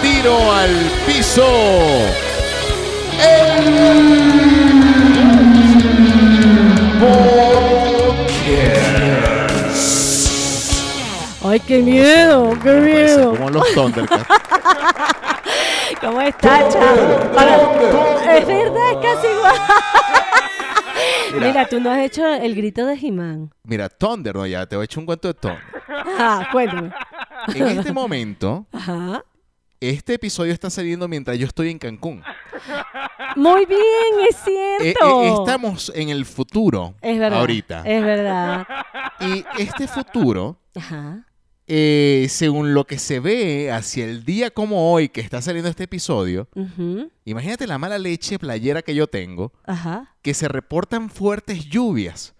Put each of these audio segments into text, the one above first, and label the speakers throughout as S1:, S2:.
S1: primero al piso.
S2: Ay, qué miedo, qué miedo.
S1: Como los Thundercats.
S2: ¿Cómo está, chavo? Para- Es verdad, es casi igual. Mira, tú no has hecho el grito de He-Man.
S1: Mira, Thunder, no, ya te voy a echar un cuento de Thunder.
S2: Ajá, Ah, cuéntame.
S1: En este momento,
S2: Ajá.
S1: este episodio está saliendo mientras yo estoy en Cancún.
S2: Muy bien, es
S1: Eh, eh,
S2: cierto.
S1: estamos en el futuro
S2: es verdad. Eh.
S1: ahorita.
S2: Es verdad.
S1: Y este futuro,
S2: Ajá.
S1: eh, según lo que se ve hacia el día como hoy que está saliendo este episodio,
S2: ujú,
S1: imagínate la mala leche playera que yo tengo,
S2: Ajá.
S1: que se reportan fuertes lluvias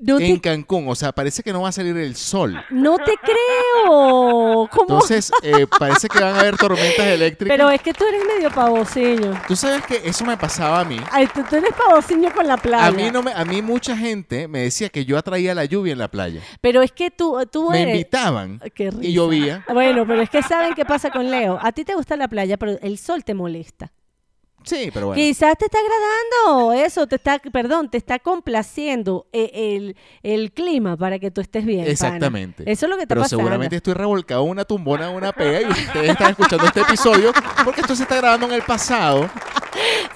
S2: No
S1: en
S2: te,
S1: Cancún. O sea, parece que no va a salir el sol.
S2: no te creo. ¿Cómo?
S1: Entonces, eh, parece que van a haber tormentas eléctricas.
S2: Pero es que tú eres medio pavoseño.
S1: Tú sabes que eso me pasaba a mí.
S2: Ay, tú, tú eres pavoseño con la playa.
S1: A mí, no me, a mí mucha gente me decía que yo atraía la lluvia en la playa.
S2: Pero es que tú, tú
S1: Me
S2: eres...
S1: invitaban
S2: Pues, Qué risa.
S1: y llovía.
S2: Bueno, pero es que saben qué pasa con Leo. A ti te gusta la playa, pero el sol te molesta.
S1: Sí, pero bueno.
S2: Quizás te está agradando eso, te está, perdón, te está complaciendo e- el, el clima para que tú estés bien. pana.
S1: Exactamente.
S2: Eso es lo que está
S1: Pero
S2: pasando.
S1: seguramente estoy revolcado en una tumbona, en una pega y ustedes están escuchando este episodio porque esto se está grabando en el pasado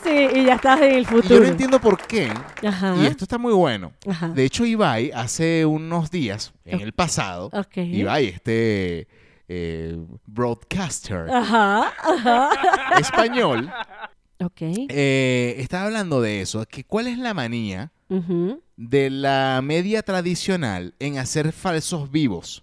S2: Sí, y ya estás en el
S1: y
S2: futuro.
S1: yo no entiendo por qué.
S2: Ajá.
S1: Y esto está muy bueno.
S2: Ajá.
S1: De hecho, Ibai hace unos días, en el pasado,
S2: Ok.
S1: Ibai, este eh, broadcaster
S2: Ajá, ajá.
S1: español,
S2: Ok.
S1: eh, estaba hablando de eso, que cuál es la manía
S2: Ujú.
S1: de la media tradicional en hacer falsos vivos.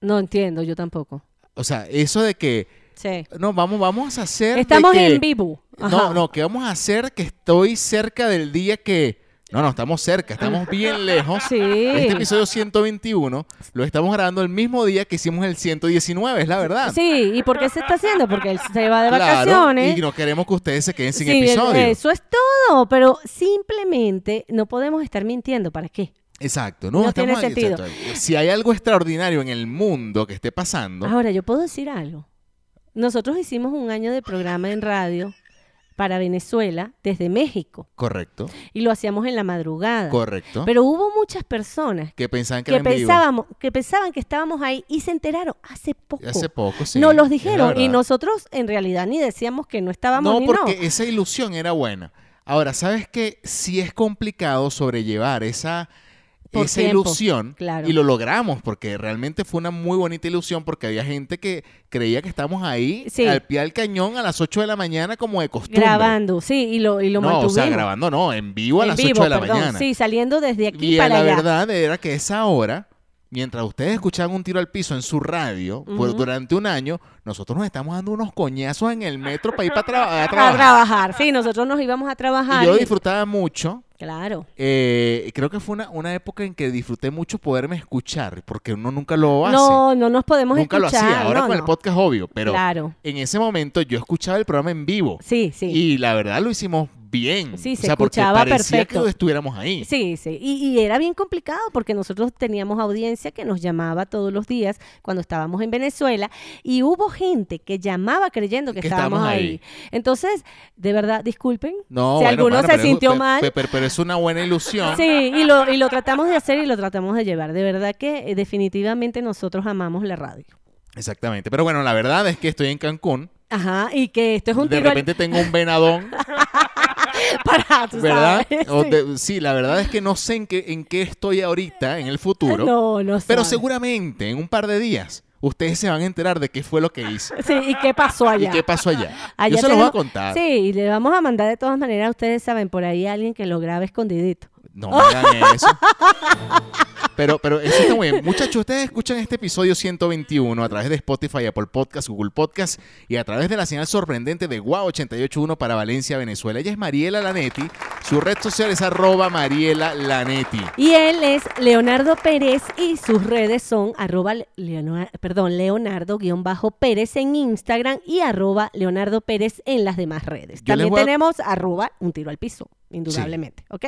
S2: No entiendo, yo tampoco.
S1: O sea, eso de que,
S2: Sí.
S1: no, vamos, vamos a hacer... de
S2: Estamos
S1: que-
S2: en vivo. Ajá.
S1: No, no, que vamos a hacer que estoy cerca del día que... No, no, estamos cerca, estamos bien lejos.
S2: Sí.
S1: Este episodio 121 lo estamos grabando el mismo día que hicimos el 119, es la verdad.
S2: Sí, ¿y por qué se está haciendo? Porque él se va de
S1: Claro,
S2: vacaciones.
S1: y no queremos que ustedes se queden sin
S2: Sí,
S1: episodio.
S2: Eso es todo, pero simplemente no podemos estar mintiendo. ¿Para qué?
S1: Exacto, no,
S2: No
S1: estamos
S2: tiene sentido.
S1: exacto. Si hay algo extraordinario en el mundo que esté pasando,
S2: Ahora, yo puedo decir algo. Nosotros hicimos un año de programa en radio para Venezuela desde México
S1: correcto,
S2: y lo hacíamos en la madrugada.
S1: correcto,
S2: Pero hubo muchas personas
S1: que pensaban que,
S2: que
S1: era en vivo.
S2: pensábamos, que pensaban que estábamos ahí y se enteraron hace poco.
S1: Hace poco, sí.
S2: Nos los
S1: es
S2: dijeron
S1: la
S2: y
S1: verdad.
S2: nosotros en realidad ni decíamos que no estábamos
S1: No,
S2: ni
S1: porque
S2: no.
S1: esa ilusión era buena. Ahora, ¿sabes qué? Sí es complicado sobrellevar esa,
S2: Por
S1: esa
S2: tiempo,
S1: ilusión.
S2: claro.
S1: Y lo logramos, porque realmente fue una muy bonita ilusión, porque había gente que creía que estamos ahí
S2: Sí.
S1: al pie del cañón a las 8 de la mañana como de costumbre.
S2: Grabando, sí, y lo, y lo
S1: no, o
S2: mantuvimos.
S1: sea, grabando, no, en vivo a
S2: En
S1: las
S2: vivo,
S1: 8 de la
S2: perdón.
S1: mañana.
S2: Sí, saliendo desde aquí
S1: y
S2: para
S1: la
S2: allá.
S1: verdad era que esa hora, mientras ustedes escuchaban un tiro al piso en su radio por-
S2: Ujú.
S1: durante un año, nosotros nos estamos dando unos coñazos en el metro para ir para a
S2: a
S1: trabajar.
S2: trabajar. Sí, nosotros nos íbamos a trabajar.
S1: Y yo
S2: y-
S1: disfrutaba mucho.
S2: Claro.
S1: eh, creo que fue una, una época en que disfruté mucho poderme escuchar, porque uno nunca lo hace.
S2: No, no nos podemos
S1: nunca lo
S2: escuchar.
S1: hacía. Ahora
S2: no,
S1: con el
S2: no.
S1: podcast, obvio. Pero
S2: Claro.
S1: en ese momento yo escuchaba el programa en vivo.
S2: Sí, sí.
S1: Y la verdad lo hicimos bien.
S2: Sí,
S1: o
S2: se
S1: sea, porque
S2: escuchaba
S1: parecía
S2: perfecto.
S1: que estuviéramos ahí.
S2: Sí, sí. Y, y era bien complicado porque nosotros teníamos audiencia que nos llamaba todos los días cuando estábamos en Venezuela y hubo gente que llamaba creyendo que,
S1: Que
S2: estábamos,
S1: estábamos
S2: ahí.
S1: ahí.
S2: Entonces, de verdad, disculpen.
S1: No,
S2: si
S1: bueno,
S2: alguno
S1: pana,
S2: se
S1: pero es-
S2: sintió
S1: pe-
S2: mal.
S1: pe- Pero, es una buena ilusión.
S2: Sí, y lo, y lo tratamos de hacer y lo tratamos de llevar. De verdad que eh, definitivamente nosotros amamos la radio.
S1: Exactamente. Pero bueno, la verdad es que estoy en Cancún.
S2: Ajá, y que esto es un
S1: De
S2: tiro al-
S1: repente tengo un venadón,
S2: para, tú
S1: ¿verdad?
S2: sabes.
S1: O
S2: Sí.
S1: de- sí, la verdad es que no sé en qué, en qué estoy ahorita, en el futuro.
S2: No, no sé.
S1: Pero seguramente en un par de días ustedes se van a enterar de qué fue lo que hice
S2: Sí, ¿y qué pasó allá?
S1: y qué pasó allá.
S2: Allá
S1: Yo se los voy a
S2: tenemos-
S1: contar.
S2: Sí, y le vamos a mandar de todas maneras, ustedes saben, por ahí a alguien que lo grabe escondidito.
S1: No me hagan eso. Pero, pero eso está muy bien. Muchachos, ustedes escuchan este episodio 121 a través de Spotify, Apple Podcast, Google Podcast y a través de la señal sorprendente de Guau 881 para Valencia, Venezuela. Ella es Mariela Lanetti. Su red social es arroba Mariela Lanetti.
S2: Y él es Leonardo Pérez y sus redes son arroba Leonardo, perdón, Leonardo-Pérez en Instagram y arroba Leonardo Pérez en las demás redes.
S1: Yo les
S2: También
S1: voy a-
S2: tenemos arroba un tiro al piso, indudablemente, ¿ok?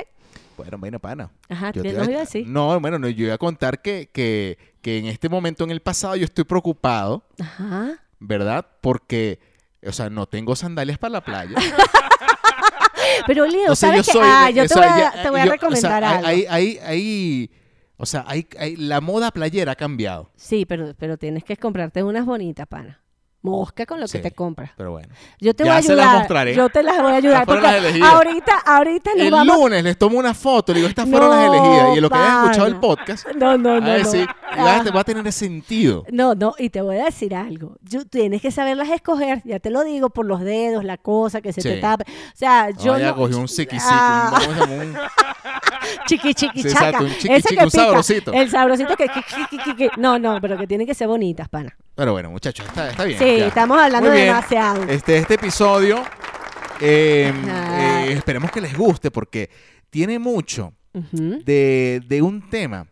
S1: Bueno, bueno, pana.
S2: Ajá,
S1: Yo
S2: ¿qué
S1: te
S2: nos iba a decir?
S1: No, bueno, no, yo iba a contar que, que, que en este momento en el pasado yo estoy preocupado
S2: Ajá,
S1: ¿verdad? Porque O sea, no tengo sandalias para la playa.
S2: Pero Leo,
S1: Entonces,
S2: ¿sabes
S1: yo
S2: qué?
S1: soy
S2: Ah,
S1: de-
S2: yo
S1: o
S2: te
S1: sea,
S2: voy a,
S1: ya-
S2: te voy a
S1: yo-
S2: recomendar
S1: o sea,
S2: algo.
S1: Hay, hay, hay- o sea, hay, hay- la moda playera ha cambiado.
S2: Sí, pero, pero tienes que comprarte unas bonitas, pana. Mosca con lo
S1: Sí.
S2: que te compras.
S1: Pero bueno.
S2: Yo te
S1: Ya
S2: voy a
S1: se las
S2: ayudar.
S1: mostraré.
S2: Yo te las voy a ayudar.
S1: fueron
S2: Porque
S1: las elegidas.
S2: ahorita, ahorita nos
S1: El
S2: vamos.
S1: lunes les tomo una foto, le digo, estas fueron las
S2: No,
S1: elegidas. Y lo que hayas escuchado el
S2: pana.
S1: podcast,
S2: No, no,
S1: a
S2: no.
S1: ver
S2: no.
S1: si ya este
S2: Ah,
S1: te va a tener sentido.
S2: no, no, y te voy a decir algo. Yo, tienes que saberlas escoger, ya te lo digo, por los dedos, la cosa que se
S1: Sí.
S2: te tape. O sea, yo.
S1: Yo ya
S2: no-
S1: cogí un siqui
S2: Ah.
S1: un, vamos a un-
S2: chiqui chiqui
S1: Sí,
S2: chaca.
S1: exacto, un chiqui,
S2: Ese
S1: chiqui,
S2: que
S1: un
S2: pica.
S1: sabrosito.
S2: El sabrosito que, que- que- que- que- No, no, pero que tienen que ser bonitas, pana.
S1: Pero bueno, muchachos, está, está bien.
S2: Sí,
S1: ya.
S2: estamos hablando
S1: Muy bien.
S2: demasiado.
S1: Este, este episodio, eh,
S2: Ajá.
S1: eh, esperemos que les guste porque tiene mucho
S2: Ujú.
S1: de, de un tema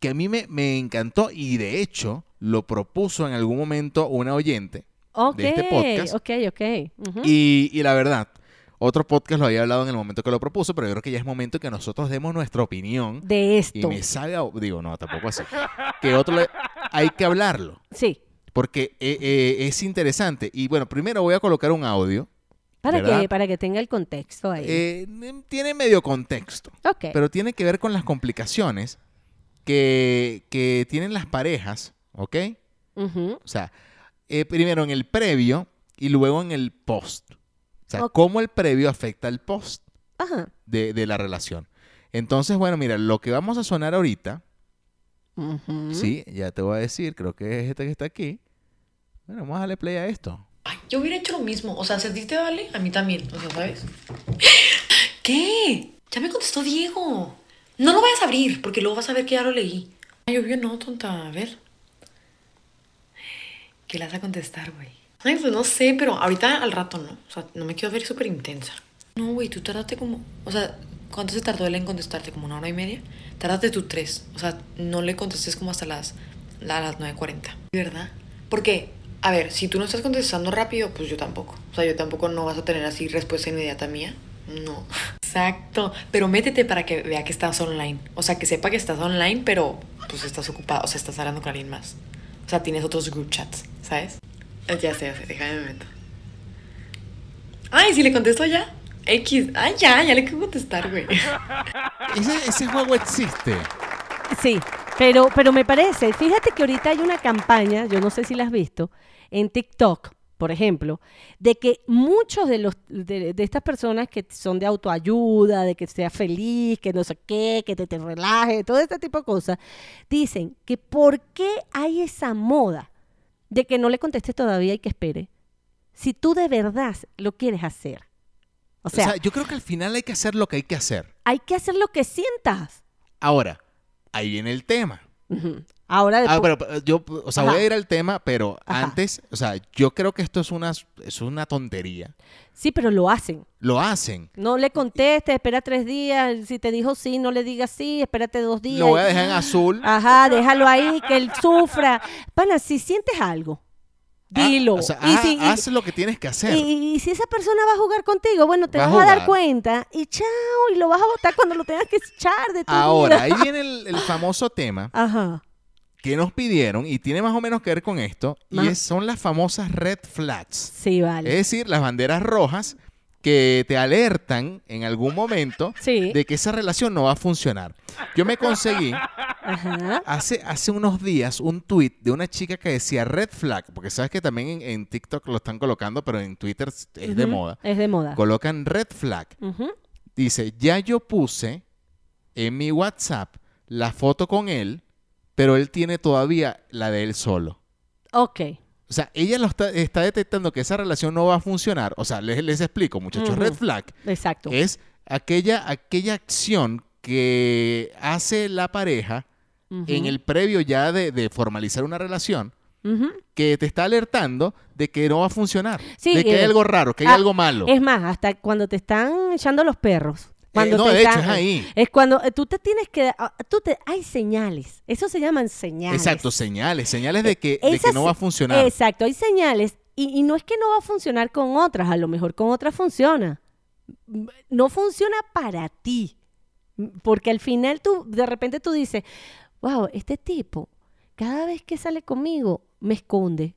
S1: que a mí me, me encantó y de hecho lo propuso en algún momento una oyente.
S2: Ok,
S1: de este podcast.
S2: ok, ok. Ujú.
S1: Y, y la verdad, otro podcast lo había hablado en el momento que lo propuso, pero yo creo que ya es momento que nosotros demos nuestra opinión
S2: De
S1: y
S2: esto.
S1: me salga, digo, no, tampoco así. Que otro le- hay que hablarlo.
S2: Sí.
S1: Porque eh, eh, es interesante. Y bueno, primero voy a colocar un audio.
S2: Para
S1: ¿Verdad?
S2: que, para que tenga el contexto ahí.
S1: Eh, tiene medio contexto,
S2: ok.
S1: pero tiene que ver con las complicaciones que, que tienen las parejas, ¿ok?
S2: Ujú.
S1: O sea, eh, primero en el previo y luego en el post. O sea,
S2: Ok.
S1: cómo el previo afecta al post
S2: Ajá.
S1: de, de la relación. Entonces, bueno, mira, lo que vamos a sonar ahorita,
S2: Ujú.
S1: sí, ya te voy a decir, creo que es este que está aquí. Bueno, vamos a darle play a esto.
S3: Ay, yo hubiera hecho lo mismo. O sea, si a ti te vale, a mí también. O sea, ¿sabes? ¿Qué? Ya me contestó Diego. No lo vayas a abrir, porque luego vas a ver que ya lo leí. Ay, obvio no, tonta. A ver. ¿Qué le vas a contestar, güey? Ay, pues no sé, pero ahorita al rato no. O sea, no me quiero ver súper intensa. No, güey, tú tardaste como... O sea, ¿cuánto se tardó él en contestarte? ¿Como una hora y media? Tardaste tú tres. O sea, no le contestes como hasta las, la- las 9.40. ¿Verdad? Porque, a ver, si tú no estás contestando rápido, pues yo tampoco. O sea, yo tampoco no vas a tener así respuesta inmediata mía. No. Exacto. Pero métete para que vea que estás online. O sea, que sepa que estás online, pero pues estás ocupada. O sea, estás hablando con alguien más. O sea, tienes otros group chats, ¿sabes? Eh, Ya sé, ya sé, déjame me meto. Ay, si le contesto ya. X. Ay, ya, ya le quiero contestar, güey.
S1: Ese, ese juego existe.
S2: Sí, pero, pero me parece, fíjate que ahorita hay una campaña, yo no sé si la has visto, en TikTok, por ejemplo, de que muchos de los de, de estas personas que son de autoayuda, de que seas feliz, que no sé qué, que te, te relajes, todo este tipo de cosas, dicen que por qué hay esa moda de que no le contestes todavía y que espere, si tú de verdad lo quieres hacer. O
S1: O sea,
S2: sea,
S1: yo creo que al final hay que hacer lo que hay que hacer.
S2: hay que hacer lo que sientas.
S1: Ahora, ahí viene el tema.
S2: Ujú. Ahora
S1: Ah,
S2: después...
S1: pero pero yo, o sea, voy
S2: Ajá.
S1: a ir al tema, pero
S2: Ajá.
S1: antes, o sea, yo creo que esto es una, es una tontería.
S2: Sí, pero lo hacen.
S1: Lo hacen.
S2: No le contestes, espera tres días. Si te dijo sí, no le digas sí, espérate dos días.
S1: Lo voy a dejar en azul.
S2: Ajá, déjalo ahí, que él sufra. Pana, si sientes algo,
S1: Ah,
S2: dilo.
S1: o sea,
S2: y,
S1: ah,
S2: si, y-
S1: haz lo que tienes que hacer.
S2: y- y si esa persona va a jugar contigo, bueno, te
S1: Va a
S2: vas a
S1: jugar.
S2: dar cuenta y chao, y lo vas a votar cuando lo tengas que echar de tu
S1: Ahora,
S2: vida.
S1: ahí viene el, el famoso tema
S2: Ajá.
S1: que nos pidieron y tiene más o menos que ver con esto, y
S2: Ma-
S1: es- son las famosas red flags.
S2: Sí,
S1: Es
S2: vale.
S1: decir, las banderas rojas que te alertan en algún momento
S2: Sí.
S1: de que esa relación no va a funcionar. Yo me conseguí
S2: Ajá.
S1: Hace, hace unos días un tweet de una chica que decía red flag, porque sabes que también en, en TikTok lo están colocando, pero en Twitter es es de
S2: Ujú. Ah.
S1: moda.
S2: Es de moda.
S1: Colocan red flag.
S2: Ujú.
S1: Dice, ya yo puse en mi WhatsApp la foto con él, pero él tiene todavía la de él solo.
S2: Ok.
S1: O sea, ella lo está, está detectando que esa relación no va a funcionar. O sea, les, les explico, muchachos,
S2: Ujú.
S1: red flag
S2: Exacto.
S1: es aquella, aquella acción que hace la pareja
S2: Ujú.
S1: en el previo ya de, de formalizar una relación
S2: Ujú.
S1: que te está alertando de que no va a funcionar,
S2: Sí,
S1: de que hay
S2: eh,
S1: algo raro, que hay
S2: ah,
S1: algo malo.
S2: Es más, hasta cuando te están echando los perros. Cuando
S1: Eh, no,
S2: te
S1: de
S2: están-
S1: hecho, es ahí.
S2: Es cuando eh, tú te tienes que... ah, Tú te, hay señales. Eso se llaman señales. E
S1: Exacto, señales, señales de que, de que
S2: Esas-
S1: no va a funcionar.
S2: Exacto, hay señales. Y, y no es que no va a funcionar con otras. A lo mejor con otras funciona. M- No funciona para ti. M- Porque al final tú, de repente tú dices, wow, este tipo, cada vez que sale conmigo, me esconde.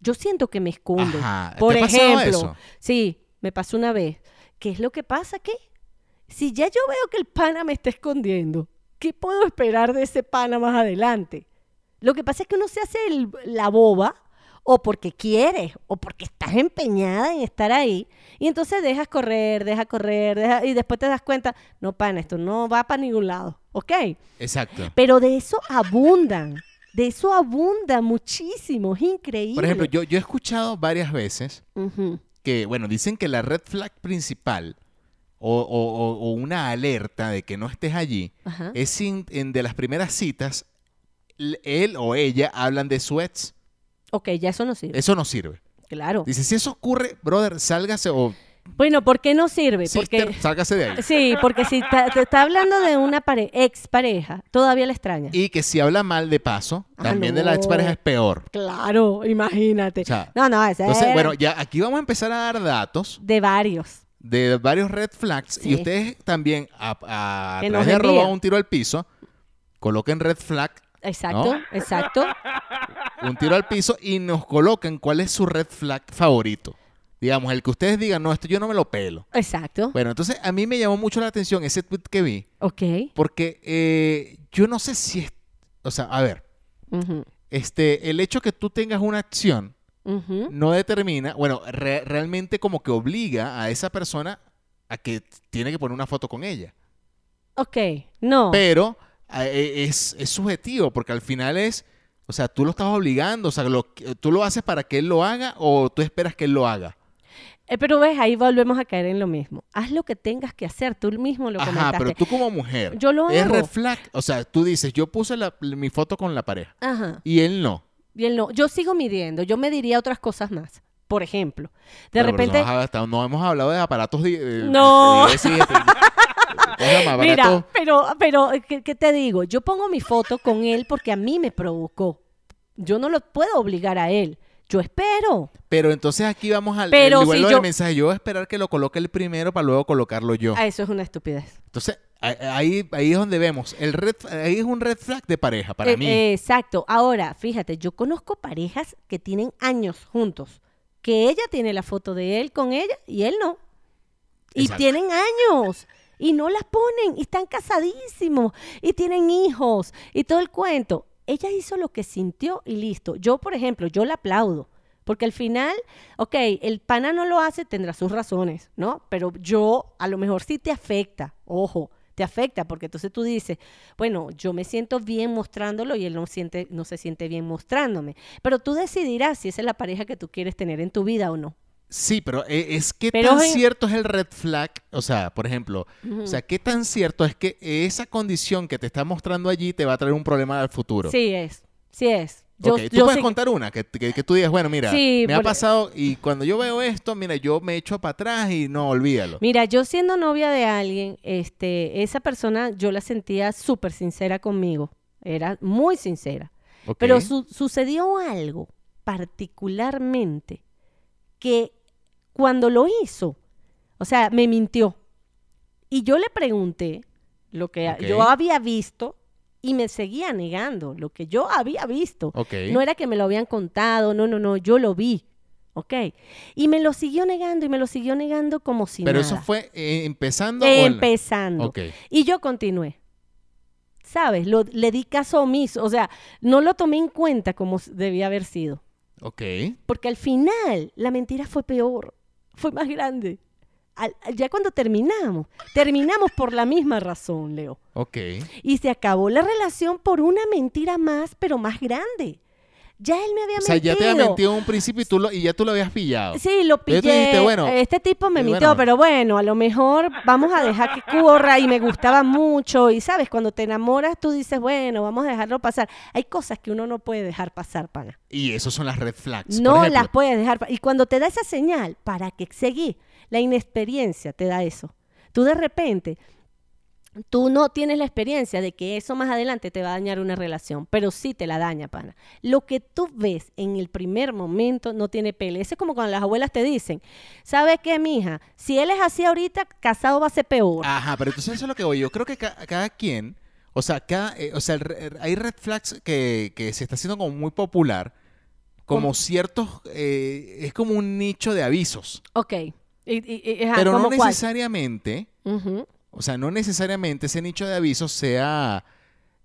S2: Yo siento que me escondo.
S1: Ajá, ¿te
S2: Por
S1: ha pasado
S2: ejemplo,
S1: eso?
S2: sí, me pasó una vez. ¿Qué es lo que pasa? ¿Qué? Si ya yo veo que el pana me está escondiendo, ¿qué puedo esperar de ese pana más adelante? Lo que pasa es que uno se hace el- la boba o porque quieres o porque estás empeñada en estar ahí y entonces dejas correr, dejas correr deja- y después te das cuenta, no, pana, esto no va para ningún lado, ¿ok?
S1: Exacto.
S2: Pero de eso abundan, de eso abunda muchísimo, es increíble.
S1: Por ejemplo, yo, yo he escuchado varias veces
S2: Ujú.
S1: que, bueno, dicen que la red flag principal o, o- o- o una alerta de que no estés allí
S2: Ajá.
S1: es sin- en de las primeras citas, l- él o ella hablan de su ex.
S2: Ok, ya eso no sirve,
S1: Eso no sirve.
S2: claro.
S1: Dice, si eso ocurre, brother, sálgase o
S2: Bueno, ¿por qué no sirve?
S1: sister,
S2: porque...
S1: sálgase de ahí.
S2: Sí, porque si ta- te está hablando de una pare ex pareja, todavía la extraña.
S1: Y que si habla mal de paso,
S2: Ah,
S1: también de la
S2: no.
S1: expareja es peor.
S2: Claro, imagínate.
S1: O sea,
S2: no, no, ese
S1: Entonces,
S2: era
S1: bueno, ya aquí vamos a empezar a dar datos
S2: de varios.
S1: de varios red flags
S2: Sí.
S1: y ustedes también a, a
S2: Que
S1: través
S2: nos
S1: de arroba
S2: envíen.
S1: un tiro al piso coloquen red flag
S2: Exacto,
S1: ¿No?
S2: exacto.
S1: un tiro al piso y nos colocan cuál es su red flag favorito digamos el que ustedes digan no esto yo no me lo pelo
S2: Exacto.
S1: bueno entonces a mí me llamó mucho la atención ese tweet que vi
S2: Ok.
S1: porque eh, yo no sé si es o sea a ver
S2: ujú,
S1: este el hecho que tú tengas una acción
S2: ujú.
S1: no determina, bueno, re- realmente como que obliga a esa persona a que tiene que poner una foto con ella.
S2: Ok, no.
S1: Pero a- e- es, es subjetivo, porque al final es, o sea, tú lo estás obligando, o sea, lo- tú lo haces para que él lo haga o tú esperas que él lo haga.
S2: Eh, pero ves, ahí volvemos a caer en lo mismo. Haz lo que tengas que hacer, tú mismo lo
S1: Ajá,
S2: comentaste.
S1: pero tú como mujer,
S2: Yo lo
S1: es
S2: hago.
S1: red flag, o sea, tú dices, yo puse la- mi foto con la pareja
S2: Ajá.
S1: y él no.
S2: Bien, no. Yo sigo midiendo, yo me diría otras cosas más. Por ejemplo, de
S1: Bueno, pero
S2: repente.
S1: no, hasta- no hemos hablado de aparatos. di- eh,
S2: No.
S1: eh, sí, este, ¿cómo se llama? Aparatos-
S2: Mira, pero, pero eh, ¿qué, qué te digo? Yo pongo mi foto con él porque a mí me provocó. Yo no lo puedo obligar a él. Yo espero.
S1: Pero entonces aquí vamos al
S2: Pero
S1: el
S2: si
S1: duelo
S2: yo-
S1: del mensaje. Yo voy a esperar que lo coloque el primero para luego colocarlo yo.
S2: Ah, eso es una estupidez.
S1: Entonces, a- ahí, ahí es donde vemos. El red, ahí es un red flag de pareja para
S2: Eh,
S1: mí.
S2: eh, exacto. Ahora, fíjate, yo conozco parejas que tienen años juntos, que ella tiene la foto de él con ella y él no. Y
S1: Exacto.
S2: tienen años y no las ponen y están casadísimos y tienen hijos y todo el cuento. Ella hizo lo que sintió y listo. Yo, por ejemplo, yo la aplaudo. Porque al final, ok, el pana no lo hace, tendrá sus razones, ¿no? Pero yo, a lo mejor sí te afecta, ojo, te afecta, porque entonces tú dices, bueno, yo me siento bien mostrándolo y él no, siente, no se siente bien mostrándome. Pero tú decidirás si esa es la pareja que tú quieres tener en tu vida o no.
S1: sí, pero eh, es que
S2: Pero
S1: tan
S2: es-
S1: cierto es el red flag. O sea, por ejemplo, o sea, qué tan cierto es que esa condición que te está mostrando allí te va a traer un problema al futuro.
S2: Sí es, sí es.
S1: Ok, tú puedes
S2: sé-
S1: contar una que, que- que tú digas, bueno, mira,
S2: Sí,
S1: me ha
S2: por- e-".
S1: pasado y cuando yo veo esto, mira, yo me echo para atrás y no, olvídalo.
S2: Mira, yo siendo novia de alguien, este, esa persona yo la sentía súper sincera conmigo. Era muy sincera.
S1: Ok.
S2: Pero su- sucedió algo particularmente que cuando lo hizo, o sea, me mintió. Y yo le pregunté lo que
S1: Ok.
S2: yo había visto y me seguía negando lo que yo había visto.
S1: Ok.
S2: No era que me lo habían contado, no, no, no, yo lo vi. ¿Ok? Y me lo siguió negando y me lo siguió negando como si
S1: Pero
S2: nada.
S1: eso fue eh, empezando o en-
S2: Empezando.
S1: Ok.
S2: Y yo continué. ¿Sabes? Lo- le di caso omiso. O sea, no lo tomé en cuenta como s- debía haber sido.
S1: Ok.
S2: Porque al final la mentira fue peor. Fue más grande. Al- ya cuando terminamos, terminamos por la misma razón, Leo.
S1: Ok.
S2: Y se acabó la relación por una mentira más, pero más grande. Ya él me había
S1: O sea,
S2: mentido.
S1: ya te había mentido en un principio y, tú lo, y ya tú lo habías pillado.
S2: Sí, lo
S1: Pero
S2: pillé.
S1: tú dijiste, bueno,
S2: este tipo me
S1: eh,
S2: mintió,
S1: bueno.
S2: pero bueno, a lo mejor vamos a dejar que corra y me gustaba mucho. Y sabes, cuando te enamoras, tú dices, bueno, vamos a dejarlo pasar. Hay cosas que uno no puede dejar pasar, pana.
S1: Y esos son las red flags.
S2: No
S1: por ejemplo.
S2: las puedes dejar. pa- Y cuando te da esa señal, ¿para que seguí? La inexperiencia te da eso. Tú de repente, tú no tienes la experiencia de que eso más adelante te va a dañar una relación, pero sí te la daña, pana. Lo que tú ves en el primer momento no tiene pele. Eso es como cuando las abuelas te dicen, ¿sabes qué, mija? Si él es así ahorita, casado va a ser peor.
S1: Ajá, pero entonces eso es lo que voy. Yo creo que ca- cada quien, o sea, cada, eh, o sea el re- hay red flags que, que se está haciendo como muy popular, como ciertos, eh, es como un nicho de avisos.
S2: Ok. Y- y- y- ajá,
S1: pero no
S2: ¿cómo cuál?
S1: necesariamente,
S2: Ujú.
S1: o sea, no necesariamente ese nicho de avisos sea,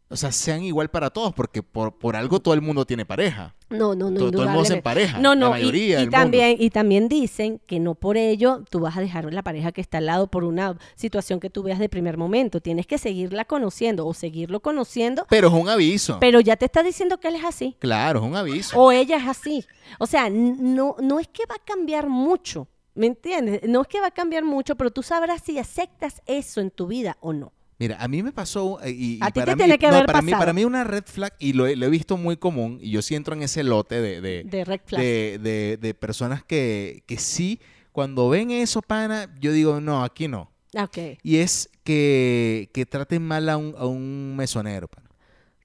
S1: o sea, sean igual para todos, porque por, por algo todo el mundo tiene pareja.
S2: No, no, no.
S1: Todo- todo el mundo se
S2: indudablemente.
S1: empareja,
S2: No,
S1: Ah, la
S2: no. y-
S1: mayoría
S2: y,
S1: del mundo.
S2: también, y también dicen que no por ello tú vas a dejar la pareja que está al lado por una situación que tú veas de primer momento. Tienes que seguirla conociendo o seguirlo conociendo,
S1: Pero es un aviso.
S2: pero ya te está diciendo que él es así
S1: claro, es un aviso.
S2: o ella es así. O sea, n- no, no es que va a cambiar mucho. ¿Me entiendes? No es que va a cambiar mucho, pero tú sabrás si aceptas eso en tu vida o no.
S1: Mira, a mí me pasó eh, y, y
S2: A ti
S1: para
S2: te
S1: mí,
S2: tiene que
S1: no,
S2: haber
S1: para mí
S2: pasado.
S1: para mí una red flag y lo, he- lo he visto muy común y yo sí entro en ese lote de, de,
S2: De red flag.
S1: de- de- de personas que, que sí cuando ven eso pana yo digo no aquí no
S2: Ok,
S1: y es que, que traten mal a un, a un mesonero pana.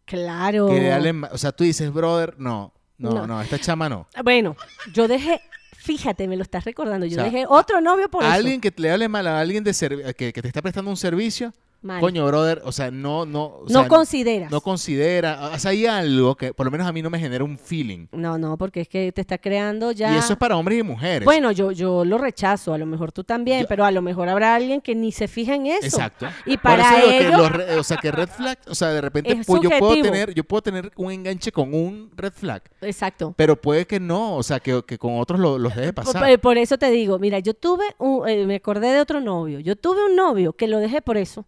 S2: claro.
S1: Que le hablen ma- o sea tú dices brother no no
S2: Oh. No.
S1: no, esta chama no
S2: Bueno, yo dejé, fíjate, me lo estás recordando, yo
S1: O sea,
S2: dejé otro novio por eso.
S1: alguien que le hable mal a alguien de servi- que, que te está prestando un servicio
S2: Mal.
S1: coño brother o sea no no o
S2: no
S1: sea,
S2: consideras.
S1: no considera, o sea, hay algo que por lo menos a mí no me genera un feeling.
S2: no, no, porque es que te está creando ya.
S1: Y eso es para hombres y mujeres.
S2: Bueno, yo, yo lo rechazo, a lo mejor tú también,
S1: Yo-
S2: pero a lo mejor habrá alguien que ni se fija en eso.
S1: Exacto.
S2: Y
S1: Por
S2: para
S1: eso digo que
S2: ellos-
S1: los re- o sea, que red flag, o sea, de repente
S2: Es
S1: pues, yo puedo
S2: subjetivo.
S1: tener, yo puedo tener un enganche con un red flag,
S2: Exacto.
S1: pero puede que no, o sea, que, que con otros lo- los deje
S2: Por,
S1: pasar.
S2: por- por eso te digo, mira, yo tuve, un- eh, me acordé de otro novio, yo tuve un novio que lo dejé por eso,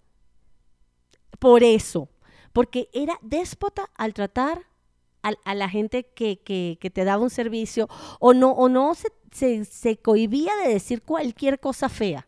S2: por eso, porque era déspota al tratar al- a, la gente que, que- que te daba un servicio o no, o no se, se- se cohibía de decir cualquier cosa fea.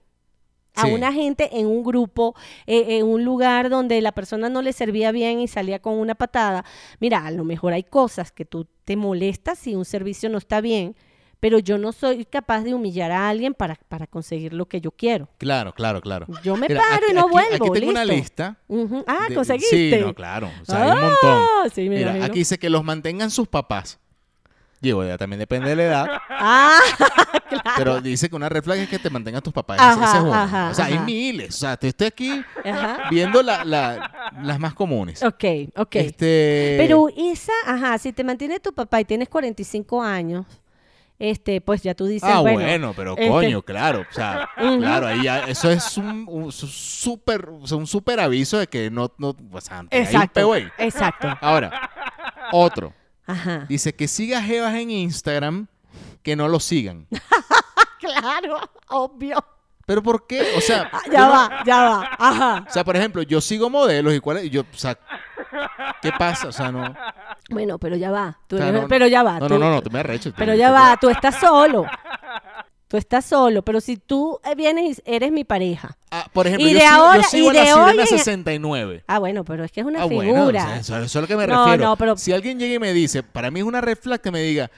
S2: A
S1: Sí.
S2: una gente en un grupo, eh, en un lugar donde la persona no le servía bien y salía con una patada. Mira, a lo mejor hay cosas que tú te molestas si un servicio no está bien, pero yo no soy capaz de humillar a alguien para, para conseguir lo que yo quiero.
S1: Claro, claro, claro.
S2: Yo me
S1: Mira,
S2: paro y no
S1: aquí-
S2: vuelvo.
S1: Aquí tengo una
S2: listo.
S1: lista.
S2: Ujú. Ah,
S1: de-
S2: conseguiste.
S1: Sí, no, claro. O sea, hay un montón.
S2: Ah, sí, me
S1: Mira,
S2: imagino.
S1: aquí dice que los mantengan sus papás. Digo, ya también depende de la edad,
S2: Ah,
S1: pero dice que una red flag es que te mantengan tus papás.
S2: Ajá,
S1: Esa es una.
S2: ajá,
S1: o sea, hay
S2: ajá.
S1: miles. O sea, te estoy aquí
S2: ajá.
S1: viendo la- la- las más comunes.
S2: Ok, ok.
S1: Este,
S2: Pero esa, ajá, si te mantiene tu papá y tienes 45 años, este, pues ya tú dices,
S1: ah, bueno,
S2: bueno,
S1: pero
S2: este-
S1: coño, claro. O sea,
S2: Ujú.
S1: claro, ahí ya- eso es un, un su- súper, o sea, un súper aviso de que no, no, o sea, hay un peo
S2: Exacto,
S1: ahí.
S2: exacto.
S1: Ahora, otro.
S2: Ajá.
S1: Dice que siga Jebas en Instagram, que no lo sigan.
S2: Claro, obvio.
S1: Pero ¿por qué? O sea,
S2: Ah,
S1: yo
S2: ya
S1: no-
S2: va, ya va. Ajá.
S1: o sea, por ejemplo, yo sigo modelos y cuál es- yo, o sea, ¿qué pasa? O sea, no.
S2: Bueno, pero ya va. Tú
S1: o sea,
S2: eres-
S1: no-
S2: pero ya va.
S1: No,
S2: tú-
S1: no, no, no, tú me arrecho.
S2: Pero ya va, tú estás solo. Tú estás solo, pero si tú eh, vienes y eres mi pareja.
S1: Ah, por ejemplo,
S2: Y
S1: yo
S2: de
S1: sigo, yo
S2: ahora-
S1: sigo
S2: y
S1: a la
S2: de
S1: sirena
S2: hoy en-
S1: 69.
S2: Ah, bueno, pero es que es una
S1: Ah,
S2: figura.
S1: bueno, o sea, eso, eso es a lo que me
S2: No,
S1: refiero.
S2: no, pero-
S1: Si alguien llega y me dice, para mí es una red flag que me diga,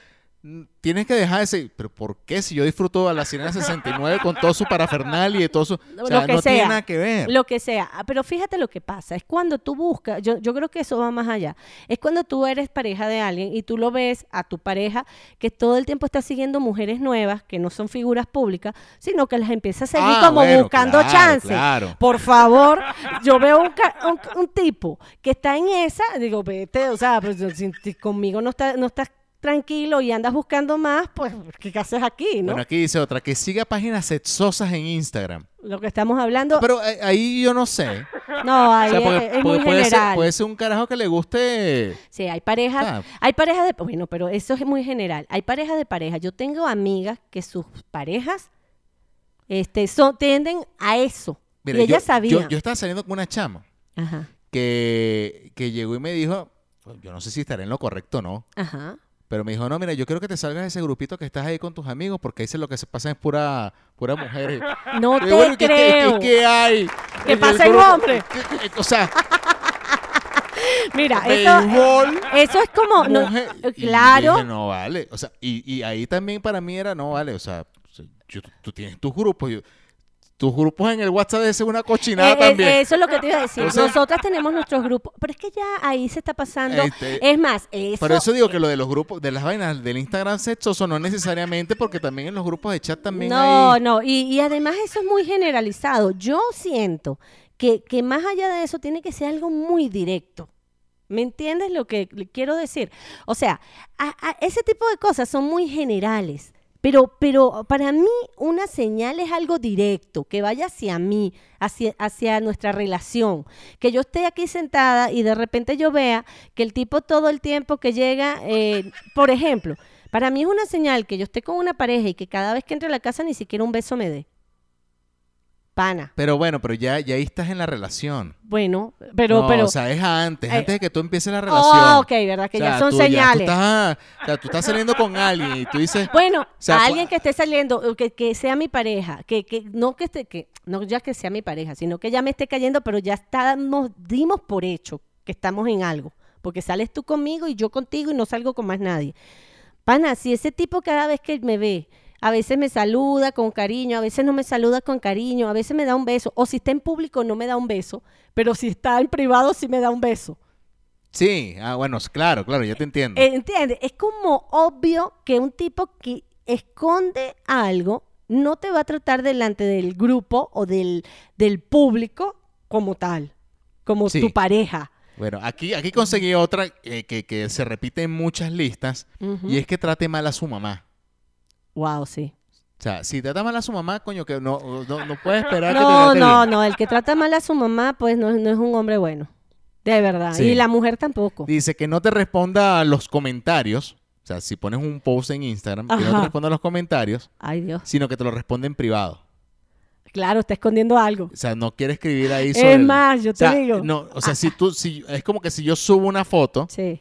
S1: "Mm, tienes que dejar ese, pero ¿por qué si yo disfruto a la Sirena 69 con todo su parafernalia y todo su... O sea,
S2: lo que
S1: no
S2: sea.
S1: tiene nada que ver.
S2: Lo que sea. Ah, Pero fíjate lo que pasa. Es cuando tú buscas, yo, yo creo que eso va más allá. Es cuando tú eres pareja de alguien y tú lo ves a tu pareja que todo el tiempo está siguiendo mujeres nuevas, que no son figuras públicas, sino que las empieza a seguir
S1: Ah,
S2: como
S1: bueno,
S2: buscando
S1: claro,
S2: chances.
S1: claro.
S2: Por favor, yo veo un, ca- un- un tipo que está en esa, digo, vete, o sea, pues, si, si conmigo no, está, no estás tranquilo y andas buscando más, pues, ¿qué haces aquí, no?
S1: Bueno, aquí dice otra, que siga páginas sexosas en Instagram.
S2: lo que estamos hablando,
S1: Pero eh, ahí yo no sé.
S2: no,
S1: O
S2: ahí
S1: sea, porque
S2: es,
S1: puede,
S2: es muy
S1: puede ser,
S2: general.
S1: puede ser un carajo que le guste...
S2: Sí, hay parejas,
S1: Ah.
S2: hay parejas de, bueno, pero eso es muy general. Hay parejas de pareja. Yo tengo amigas que sus parejas, este, son, tienden a eso.
S1: Mira,
S2: y
S1: yo-
S2: ellas sabían.
S1: Yo, yo estaba saliendo con una chama
S2: Ajá,
S1: que, que llegó y me dijo, "Pues, yo no sé si estaré en lo correcto o no,
S2: ajá.
S1: Pero me dijo, no, mira, yo quiero que te salgas de ese grupito que estás ahí con tus amigos porque dice lo que se pasa es pura, pura mujer.
S2: No te
S1: bueno, ¿qué- qué- ¿Qué,
S2: creo.
S1: qué hay? En
S2: Que
S1: el
S2: pasen
S1: grupo?
S2: hombres.
S1: ¿Qué- qué- qué- O sea,
S2: Mira, eso,
S1: béisbol,
S2: eso es como, no-
S1: mujer. Y
S2: claro.
S1: dije, no vale. O sea, y, y ahí también para mí era, no vale. O sea, yo- tú tienes tus grupos. yo- tus grupos en el WhatsApp es una cochinada
S2: Eh, eh,
S1: también.
S2: Eso es lo que te iba a decir.
S1: Entonces-
S2: Nosotras tenemos nuestros grupos, pero es que ya ahí se está pasando.
S1: Este,
S2: es más, eso,
S1: Por eso digo que lo de los grupos, de las vainas del Instagram sexoso no necesariamente, porque también en los grupos de chat también
S2: No,
S1: hay...
S2: no, y, y además eso es muy generalizado. Yo siento que, que más allá de eso tiene que ser algo muy directo. ¿Me entiendes lo que le quiero decir? O sea, a- a- ese tipo de cosas son muy generales, pero, pero para mí una señal es algo directo, que vaya hacia mí, hacia, hacia nuestra relación, que yo esté aquí sentada y de repente yo vea que el tipo todo el tiempo que llega, eh, por ejemplo, para mí es una señal que yo esté con una pareja y que cada vez que entre a la casa ni siquiera un beso me dé. Pana.
S1: Pero bueno, pero ya, ya ahí estás en la relación.
S2: Bueno, pero,
S1: No,
S2: pero.
S1: O sea, es antes,
S2: Eh,
S1: antes de que tú empieces la relación.
S2: oh, ok, verdad que
S1: O sea,
S2: ya son
S1: tú
S2: señales.
S1: tú estás, ah, o sea, tú estás saliendo con alguien y tú dices,
S2: Bueno,
S1: sea,
S2: a
S1: cua-
S2: alguien que esté saliendo, eh, que, que sea mi pareja, que, que no que esté, que no ya que sea mi pareja, sino que ya me esté cayendo, pero ya estamos, dimos por hecho que estamos en algo, porque sales tú conmigo y yo contigo y no salgo con más nadie. Pana, si ese tipo cada vez que me ve, a veces me saluda con cariño, a veces no me saluda con cariño, a veces me da un beso, o si está en público no me da un beso, pero si está en privado sí me da un beso.
S1: sí, ah, bueno, claro, claro, ya te entiendo.
S2: Eh, ¿Entiendes? Es como obvio que un tipo que esconde algo no te va a tratar delante del grupo o del, del público como tal, como
S1: Sí.
S2: tu pareja.
S1: Bueno, aquí, aquí conseguí otra eh, que, que se repite en muchas listas
S2: Ujú.
S1: y es que trate mal a su mamá.
S2: Wow, sí.
S1: O sea, si trata mal a su mamá, coño, que no, no, no puedes esperar que te
S2: No,
S1: trate
S2: no,
S1: bien.
S2: no. El que trata mal a su mamá, pues no, no es un hombre bueno. De verdad.
S1: Sí.
S2: Y la mujer tampoco.
S1: Dice que no te responda a los comentarios. O sea, si pones un post en Instagram, que no
S2: Ajá.
S1: te responda a los comentarios,
S2: Ay, Dios.
S1: sino que te lo responde en privado.
S2: Claro, está escondiendo algo.
S1: O sea, no quiere escribir ahí
S2: Es
S1: sobre... el-
S2: más, yo
S1: o sea,
S2: te digo.
S1: No, o sea, si tú, si, es como que si yo subo una foto,
S2: Sí.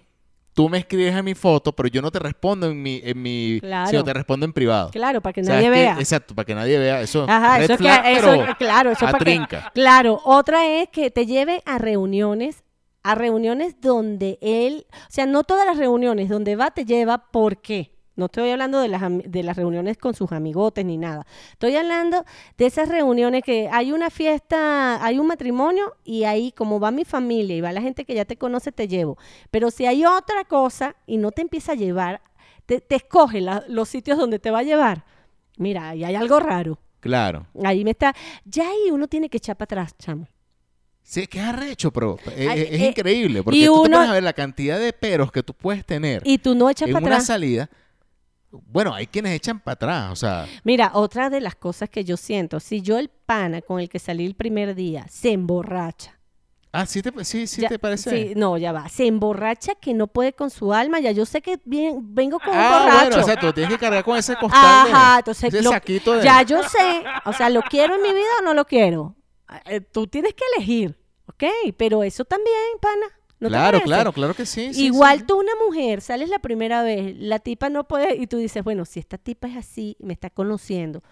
S1: tú me escribes a mi foto, pero yo no te respondo en mi, en mi,
S2: Claro.
S1: sino te respondo en privado.
S2: Claro, para que
S1: O sea,
S2: nadie
S1: es que-
S2: vea.
S1: exacto, para que nadie vea eso.
S2: Ajá,
S1: red
S2: eso es que,
S1: flag,
S2: eso-
S1: pero
S2: claro, eso es para que-
S1: atrinca.
S2: claro, otra es que te lleve a reuniones, a reuniones donde él, o sea, no todas las reuniones donde va te lleva, ¿por qué? No estoy hablando de las, ami- de las reuniones con sus amigotes ni nada. Estoy hablando de esas reuniones que hay una fiesta, hay un matrimonio y ahí como va mi familia y va la gente que ya te conoce, te llevo. Pero si hay otra cosa y no te empieza a llevar, te, te escoge la- los sitios donde te va a llevar. Mira, ahí hay algo raro.
S1: Claro.
S2: Ahí me está. Ya ahí uno tiene que echar para atrás, chamo.
S1: Sí, es que es arrecho, pero es,
S2: Ay,
S1: es
S2: eh,
S1: increíble. Porque
S2: y
S1: tú te
S2: uno-
S1: pones a ver la cantidad de peros que tú puedes tener
S2: Y tú no echas
S1: en
S2: para
S1: una
S2: atrás.
S1: salida. Bueno, hay quienes echan para atrás, o sea,
S2: Mira, otra de las cosas que yo siento, si yo el pana con el que salí el primer día se emborracha.
S1: ah, sí te, sí, sí
S2: ya-
S1: te parece.
S2: sí, no, ya va. Se emborracha que no puede con su alma. Ya yo sé que bien, vengo con un
S1: Ah,
S2: borracho.
S1: bueno, o sea, tú tienes que cargar con ese costal. de-
S2: Ajá, entonces
S1: ese
S2: lo-
S1: saquito de-
S2: ya yo sé, o sea, lo quiero en mi vida o no lo quiero. Eh, Tú tienes que elegir, ¿ok? Pero eso también, pana. ¿no te
S1: claro,
S2: parece?
S1: claro, claro que sí. sí,
S2: Igual
S1: sí.
S2: tú, una mujer, sales la primera vez, la tipa no puede, y tú dices, bueno, si esta tipa es así, me está conociendo,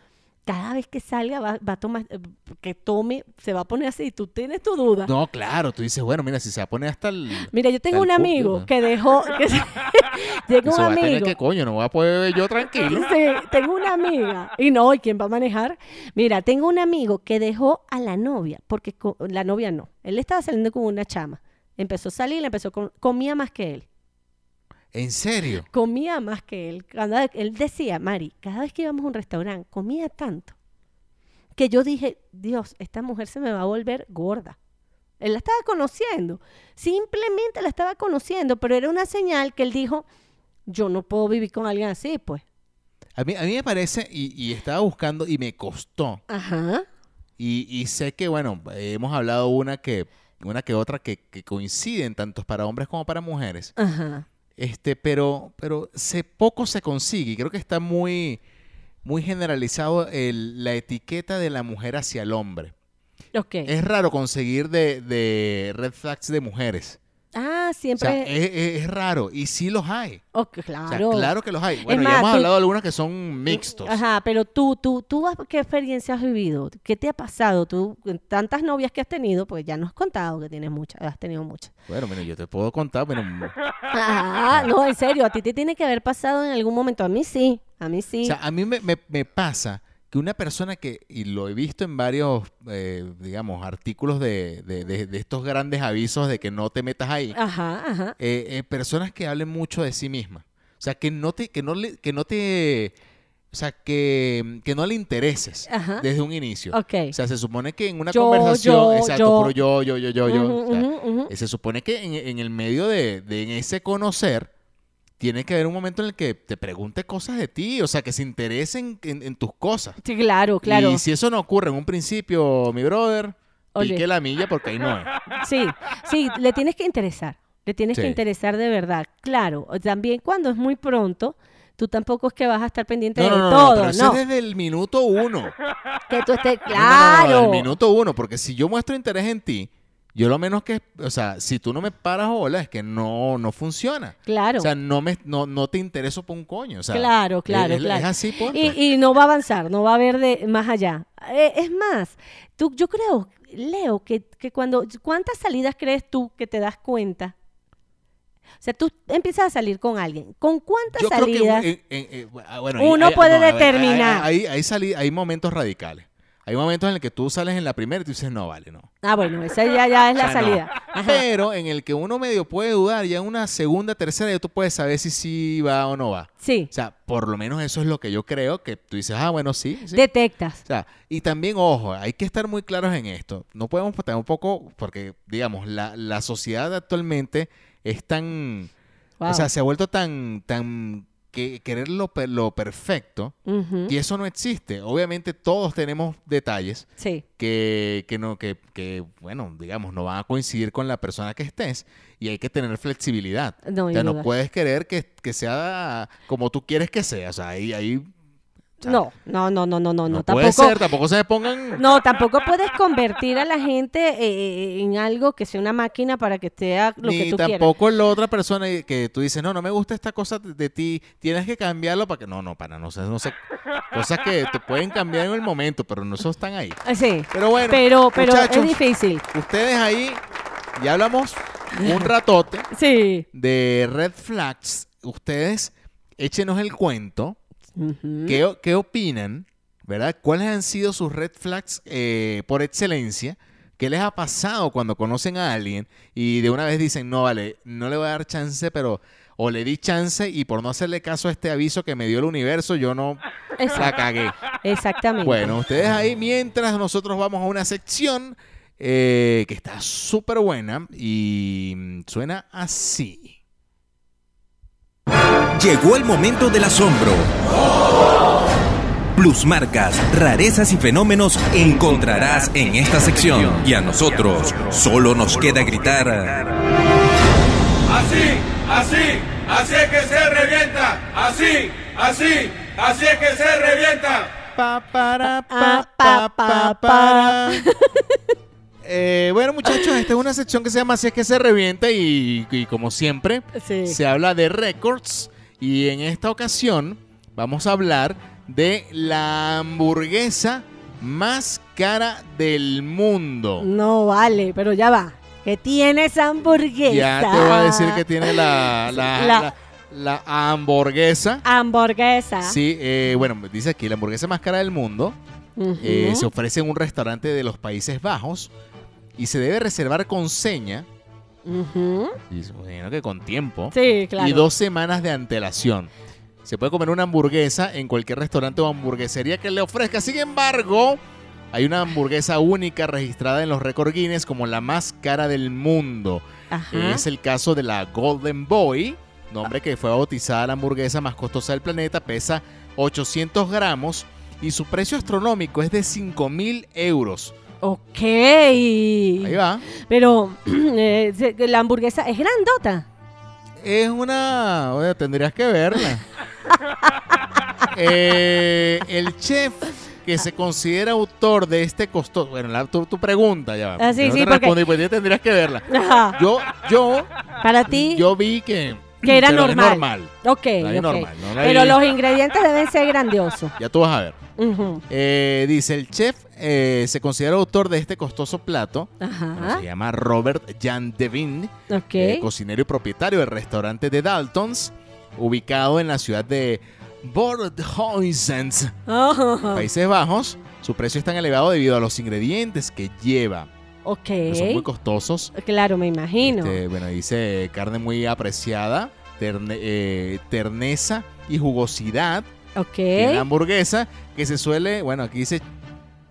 S2: cada vez que salga va, va a tomar, eh, que tome, se va a poner así, y tú tienes tu duda.
S1: No, claro, tú dices, bueno, mira, si se va a poner hasta el.
S2: Mira, yo tengo
S1: Tal
S2: un
S1: cual,
S2: amigo
S1: ¿verdad?
S2: que dejó, que se- llega
S1: Eso
S2: un
S1: va a tener
S2: amigo.
S1: que, coño, no voy a poder beber yo tranquilo.
S2: Sí, tengo una amiga, y no, ¿y quién va a manejar? Mira, tengo un amigo que dejó a la novia, porque co- la novia no, él estaba saliendo con una chama, empezó a salir, empezó con, comía más que él.
S1: ¿En serio?
S2: comía más que él. Cada vez- él decía, Mari, cada vez que íbamos a un restaurante, comía tanto que yo dije, Dios, esta mujer se me va a volver gorda. Él la estaba conociendo, simplemente la estaba conociendo, pero era una señal que él dijo, yo no puedo vivir con alguien así, pues.
S1: A mí, a mí me parece, y, y estaba buscando y me costó.
S2: Ajá.
S1: Y, y sé que, bueno, hemos hablado una que, una que otra que, que coinciden tanto para hombres como para mujeres.
S2: Ajá.
S1: Este, pero, pero se, poco se consigue. Y creo que está muy, muy generalizado el- la etiqueta de la mujer hacia el hombre.
S2: Ok.
S1: Es raro conseguir de, de red flags de mujeres.
S2: ah,
S1: O sea,
S2: siempre.
S1: es, es- es raro. Y sí los hay.
S2: Ok,
S1: O sea,
S2: claro.
S1: claro que los hay. Bueno,
S2: más,
S1: ya hemos
S2: tú-
S1: hablado de algunos que son mixtos.
S2: Ajá, pero tú, tú, tú, has- ¿qué experiencia has vivido? ¿Qué te ha pasado? Tú, con tantas novias que has tenido, pues ya nos has contado que tienes muchas, has tenido muchas.
S1: Bueno, mira, yo te puedo contar, pero
S2: Ah, no, en serio, a ti te tiene que haber pasado en algún momento. A mí sí, a mí sí.
S1: O sea, a mí me, me- me pasa que una persona que, y lo he visto en varios, eh, digamos, artículos de, de- de- de estos grandes avisos de que no te metas ahí,
S2: ajá, ajá.
S1: eh, eh, personas que hablen mucho de sí misma. O sea, que no te, que no le, que no te O sea, que, que no le intereses
S2: Ajá.
S1: desde un inicio.
S2: Ok.
S1: O sea, se supone que en una
S2: Yo,
S1: conversación,
S2: yo,
S1: exacto,
S2: yo.
S1: pero yo, yo, yo, yo, yo.
S2: Ujú,
S1: o sea,
S2: ujú, ujú.
S1: eh, Se supone que en, en el medio de, de en ese conocer, tiene que haber un momento en el que te pregunte cosas de ti, o sea, que se interesen en, en tus cosas.
S2: Sí, claro, claro.
S1: Y si eso no ocurre en un principio, mi brother,
S2: Oye.
S1: pique la milla porque ahí no es.
S2: Sí, sí, le tienes que interesar. Le tienes
S1: Sí.
S2: que interesar de verdad. Claro, o también cuando es muy pronto, tú tampoco es que vas a estar pendiente
S1: No,
S2: de
S1: no, no, no,
S2: todo,
S1: pero
S2: ¿no?
S1: eso es desde el minuto uno.
S2: Que tú estés
S1: No, no, no,
S2: claro.
S1: no, del minuto uno, porque si yo muestro interés en ti, yo lo menos que, o sea, si tú no me paras hola, es que no, no funciona.
S2: Claro.
S1: O sea, no me, no, no te intereso por un coño. O sea,
S2: Claro,
S1: es-
S2: claro,
S1: es,
S2: claro.
S1: es así, punto.
S2: Y, y no va a avanzar, no va a haber de más allá. Eh, es más, tú, yo creo, Leo, que, que cuando, ¿cuántas salidas crees tú que te das cuenta? O sea, tú empiezas a salir con alguien. ¿Con cuántas
S1: Yo creo que
S2: salidas?
S1: en- en- en- ah, bueno, ahí-
S2: uno
S1: ahí-
S2: puede
S1: a ver,
S2: determinar.
S1: Hay, hay, hay sali- hay momentos radicales. Hay momentos en el que tú sales en la primera y tú dices, no, vale, no.
S2: Ah, bueno, esa ya, ya es la
S1: O sea, no.
S2: salida. Ajá.
S1: Pero en el que uno medio puede dudar, ya en una segunda, tercera, ya tú puedes saber si sí va o no va.
S2: Sí,
S1: O sea, por lo menos eso es lo que yo creo, que tú dices, ah, bueno, sí. sí.
S2: detectas.
S1: O sea, y también, ojo, hay que estar muy claros en esto. No podemos estar un poco, porque, digamos, la, la sociedad actualmente es tan, o
S2: Wow.
S1: sea, se ha vuelto tan, tan, que querer lo, per- lo perfecto,
S2: Ujú.
S1: y eso no existe. Obviamente todos tenemos detalles
S2: Sí,
S1: que, que no, que, que, bueno, digamos, no van a coincidir con la persona que estés, y hay que tener flexibilidad.
S2: no,
S1: o
S2: hay
S1: sea, no
S2: duda.
S1: puedes querer que, que sea como tú quieres que sea. O sea, ahí, ahí o sea,
S2: no, no, no, no, no, no,
S1: no
S2: no,
S1: puede
S2: tampoco.
S1: ser, tampoco se pongan...
S2: No, tampoco puedes convertir a la gente eh, eh, en algo que sea una máquina para que sea lo que
S1: ni
S2: tú quieras.
S1: tampoco la otra persona y- que tú dices, no, no me gusta esta cosa de de ti, tienes que cambiarlo para que... No, no, para, no sé, no sé. Cosas que te pueden cambiar en el momento, pero no esos están ahí.
S2: Ah, Sí,
S1: Pero bueno,
S2: pero, pero
S1: muchachos,
S2: es difícil.
S1: ustedes ahí, ya hablamos un ratote
S2: Sí.
S1: de red flags. Ustedes, échenos el cuento.
S2: Ujú.
S1: ¿Qué, o- qué opinan? ¿Verdad? ¿Cuáles han sido sus red flags eh, por excelencia? ¿Qué les ha pasado cuando conocen a alguien y de una vez dicen, no, vale, no le voy a dar chance, pero... O le di chance y por no hacerle caso a este aviso que me dio el universo, yo no la
S2: Exact-
S1: cagué.
S2: Exactamente.
S1: Bueno, ustedes ahí, mientras nosotros vamos a una sección eh, que está súper buena y mm, suena así.
S4: Llegó el momento del asombro. Plusmarcas, rarezas y fenómenos encontrarás en esta sección. Y a nosotros solo nos queda gritar.
S5: Así, así, así es que se revienta. Así, así, así es que se revienta.
S1: Pa, para,
S2: Ah,
S1: pa,
S2: pa,
S1: pa,
S2: pa,
S1: para. Eh, bueno, muchachos, esta es una sección que se llama Así es que se revienta y, y como siempre,
S2: Sí.
S1: se habla de records y en esta ocasión vamos a hablar de la hamburguesa más cara del mundo.
S2: No vale, pero ya va. Que tienes hamburguesa.
S1: Ya te voy a decir que tiene la, la,
S2: La- Ah.
S1: la- la hamburguesa.
S2: Hamburguesa.
S1: Sí, eh, bueno, dice aquí la hamburguesa más cara del mundo.
S2: Ujú.
S1: Eh, Se ofrece en un restaurante de los Países Bajos y se debe reservar con seña,
S2: Ujú.
S1: y supongo que con tiempo,
S2: Sí, claro.
S1: y dos semanas de antelación. Se puede comer una hamburguesa en cualquier restaurante o hamburguesería que le ofrezca. Sin embargo, hay una hamburguesa única registrada en los récord Guinness como la más cara del mundo.
S2: Ajá.
S1: Es el caso de la Golden Boy, nombre que fue bautizada la hamburguesa más costosa del planeta, pesa 800 gramos y su precio astronómico es de 5.000 euros.
S2: Ok.
S1: Ahí va.
S2: Pero eh, se- la hamburguesa es grandota.
S1: Es una... bueno, tendrías que verla. Eh, el chef que se considera autor de este costoso... Bueno, la- tu, tu pregunta ya va.
S2: Ah, sí,
S1: Yo no
S2: sí,
S1: te
S2: porque-
S1: respondí, pues, ya tendrías que verla.
S2: Ajá.
S1: Yo, yo,
S2: Para ti.
S1: yo vi que...
S2: Que era
S1: pero es
S2: normal.
S1: normal.
S2: Ok,
S1: La vi
S2: ok.
S1: normal, no la
S2: Pero
S1: vi-
S2: los ingredientes deben ser grandiosos.
S1: Ya tú vas a ver.
S2: Ujú.
S1: Eh, dice, el chef eh, se considera autor de este costoso plato. Bueno,
S2: Ajá.
S1: se llama Robert Jan Devine,
S2: Ok.
S1: eh, cocinero y propietario del restaurante de Daltons, ubicado en la ciudad de Bordhuizen,
S2: Ajá.
S1: Países Bajos. Su precio es tan elevado debido a los ingredientes que lleva,
S2: Ok.
S1: que son muy costosos.
S2: Claro, me imagino.
S1: Este, bueno, dice carne muy apreciada, terne- eh, terneza y jugosidad,
S2: Ok.
S1: Y una hamburguesa que se suele, bueno, aquí dice,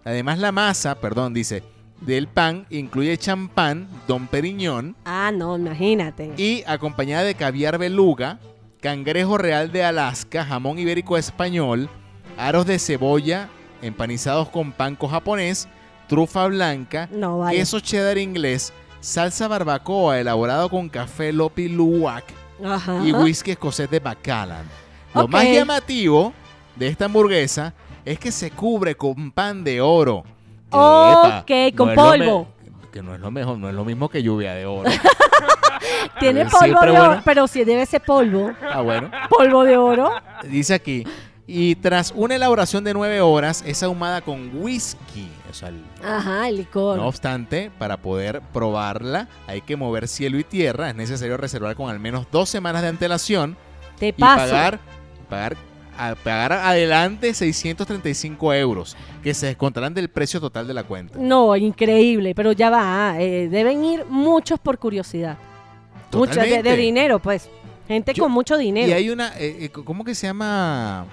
S1: además la masa, perdón, dice, del pan incluye champán, don Periñón
S2: Ah, no, imagínate.
S1: y acompañada de caviar beluga, cangrejo real de Alaska, jamón ibérico español, aros de cebolla empanizados con panko japonés, trufa blanca,
S2: No, vale.
S1: queso cheddar inglés, salsa barbacoa elaborado con café Lopi Luwak
S2: Ajá.
S1: y whisky escocés de Macallan. Lo
S2: Ok.
S1: más llamativo de esta hamburguesa es que se cubre con pan de oro.
S2: Ok,
S1: Epa,
S2: con
S1: es lo me-
S2: polvo.
S1: Que no es lo mejor, no es lo mismo que lluvia de oro.
S2: Tiene
S1: Sí,
S2: polvo
S1: pero
S2: de oro,
S1: bueno.
S2: pero si debe ser polvo.
S1: Ah, bueno.
S2: Polvo de oro.
S1: Dice aquí. Y tras una elaboración de nueve horas, es ahumada con whisky. O sea, el-
S2: Ajá, el licor.
S1: no obstante, para poder probarla, hay que mover cielo y tierra. Es necesario reservar con al menos dos semanas de antelación
S2: Te
S1: y
S2: paso.
S1: pagar, pagar, a- pagar adelante 635 euros, que se descontarán del precio total de la cuenta.
S2: No, increíble, pero ya va. eh, deben ir muchos por curiosidad. Muchos de, de
S1: Totalmente.
S2: dinero, pues. Gente
S1: Yo-
S2: con mucho dinero.
S1: Y hay una, eh, eh, ¿cómo que se llama?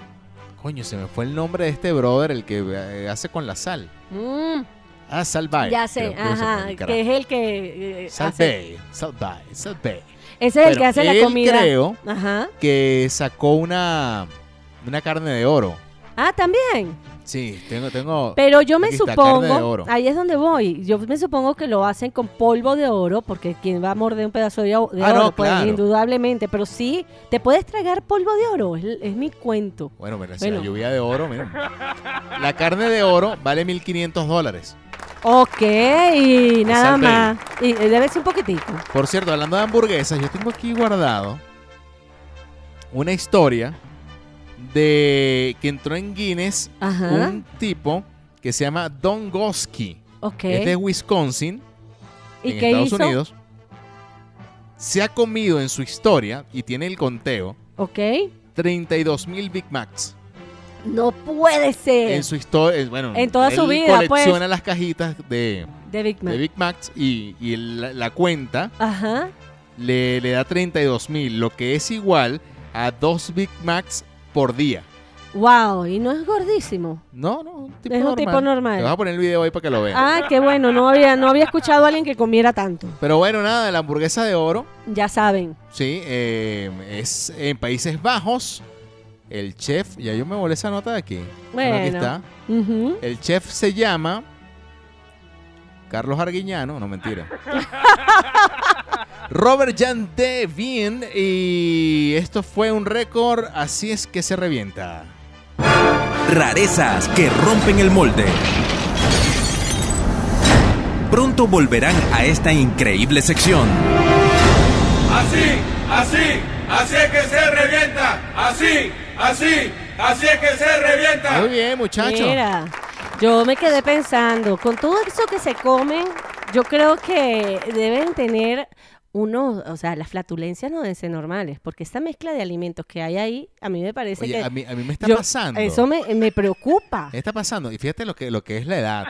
S1: Coño, se me fue el nombre de este brother, el que eh, hace con la sal.
S2: Mm,
S1: Ah, Sal Bae,
S2: ya sé,
S1: creo que se llama
S2: ajá,
S1: el
S2: que
S1: carajo.
S2: es el que eh,
S1: Sal
S2: hace-
S1: Bae, Sal Bae, Sal Bae.
S2: Ese es el
S1: Bueno,
S2: que hace la
S1: él
S2: comida.
S1: creo
S2: Ajá.
S1: que sacó una, una carne de oro.
S2: Ah, también.
S1: Sí, tengo, tengo.
S2: Pero yo me
S1: Aquí está, carne de
S2: supongo,
S1: oro.
S2: ahí es donde voy. Yo me supongo que lo hacen con polvo de oro, porque quien va a morder un pedazo de, o- de
S1: Ah,
S2: oro,
S1: no,
S2: pues,
S1: claro.
S2: indudablemente. Pero sí, te puedes tragar polvo de oro, es, es mi cuento.
S1: Bueno, pero si la
S2: Bueno.
S1: lluvia de oro, miren. La carne de oro vale 1.500 dólares.
S2: Ok, nada
S1: Salte ahí.
S2: más. Y eh, debe ser un poquitico.
S1: Por cierto, hablando de hamburguesas, yo tengo aquí guardado una historia de que entró en Guinness
S2: Ajá.
S1: un tipo que se llama Don Goski.
S2: ok.
S1: Es de Wisconsin,
S2: ¿Y
S1: en
S2: qué
S1: Estados
S2: hizo?
S1: Unidos. Se ha comido en su historia, y tiene el conteo,
S2: Ok.
S1: 32 mil Big Macs.
S2: No puede ser.
S1: En su historia, bueno,
S2: En toda su
S1: él
S2: vida, pues.
S1: colecciona las cajitas de,
S2: de Big Mac.
S1: de Big Macs y, y la, la cuenta
S2: Ajá.
S1: le, le da 32 mil, lo que es igual a dos Big Macs por día.
S2: Wow, y no es gordísimo.
S1: No, no, un tipo
S2: Es
S1: normal.
S2: un tipo normal.
S1: Te vas a poner el video ahí para que lo vean.
S2: Ah, qué bueno, no había, no había escuchado a alguien que comiera tanto.
S1: Pero bueno, nada, la hamburguesa de oro,
S2: Ya saben.
S1: sí, eh, es en Países Bajos. El chef, ya yo me volé esa nota de aquí. aquí
S2: Bueno.
S1: está.
S2: Ujú.
S1: El chef se llama Carlos Arguiñano, no mentira. Robert Jan Devin y esto fue un récord, así es que se revienta.
S4: Rarezas que rompen el molde. Pronto volverán a esta increíble sección.
S5: Así, así, así es que se revienta. Así, así, así es que se revienta.
S1: Muy bien, muchachos.
S2: Mira, yo me quedé pensando, con todo eso que se comen, yo creo que deben tener unos, o sea, las flatulencias no deben ser normales, porque esta mezcla de alimentos que hay ahí, a mí me parece
S1: Oye,
S2: que...
S1: a mí, a mí me está
S2: yo-
S1: pasando. Eh,
S2: Eso me, me preocupa.
S1: Me está pasando. Y fíjate lo que, lo que es la edad.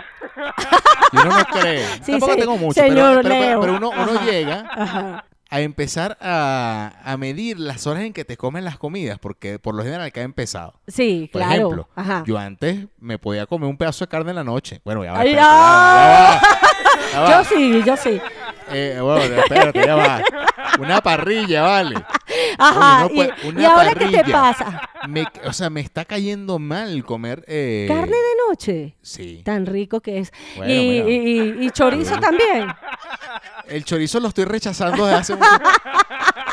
S1: Yo no lo creo.
S2: Sí,
S1: Tampoco
S2: sí,
S1: tengo mucho, pero, pero-
S2: señor
S1: pero-
S2: Leo.
S1: pero uno, uno
S2: Ajá.
S1: llega
S2: Ajá.
S1: a empezar a, a medir las horas en que te comen las comidas, porque por lo general caen pesado.
S2: Sí,
S1: Por
S2: claro.
S1: ejemplo,
S2: Ajá.
S1: yo antes me podía comer un pedazo de carne en la noche. Bueno, ya va.
S2: Ay, ¡ah!
S1: espérate, ya va, ya va, ya
S2: Yo
S1: va.
S2: sí, yo sí.
S1: Eh, bueno, espérate, ya va. Una parrilla, vale.
S2: Ajá.
S1: Uno no puede-
S2: y,
S1: una
S2: y ahora qué te
S1: parrilla.
S2: pasa?
S1: Me- o sea, me está cayendo mal comer. eh,
S2: Carne de noche.
S1: Sí.
S2: Tan rico que es.
S1: Bueno,
S2: y,
S1: bueno.
S2: y- y- y chorizo
S1: Sí.
S2: también.
S1: El chorizo lo estoy rechazando desde hace mucho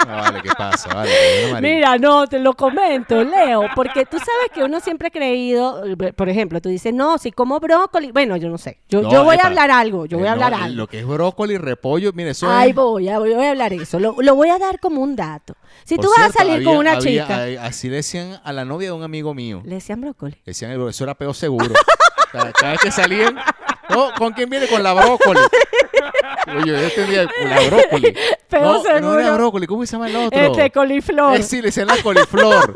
S1: No, vale, ¿qué pasa? Vale, que yo no marí-
S2: Mira, no, te lo comento, Leo, porque tú sabes que uno siempre ha creído, eh, por ejemplo, tú dices, no, si como brócoli, bueno, yo no sé, yo,
S1: No,
S2: yo voy
S1: epa.
S2: a hablar algo, yo voy
S1: Eh,
S2: a hablar
S1: no,
S2: algo.
S1: Lo que es brócoli, repollo, mire, eso
S2: Ahí
S1: es-
S2: voy, ahí voy, voy a hablar eso, lo, lo voy a dar como un dato. Si
S1: Por
S2: tú vas a
S1: cierto,
S2: salir con
S1: había-
S2: una
S1: había-
S2: chica,
S1: a- así le decían a la novia de un amigo mío.
S2: le decían brócoli.
S1: Decían, "El- eso era peo seguro. O sea, Cada vez que salían, no, ¿con quién viene? Con la brócoli. Oye, yo entendía, con la brócoli.
S2: Peo
S1: no, No
S2: seguro.
S1: era brócoli, ¿cómo se llama el otro?
S2: Este coliflor.
S1: Eh, sí, le decían la coliflor.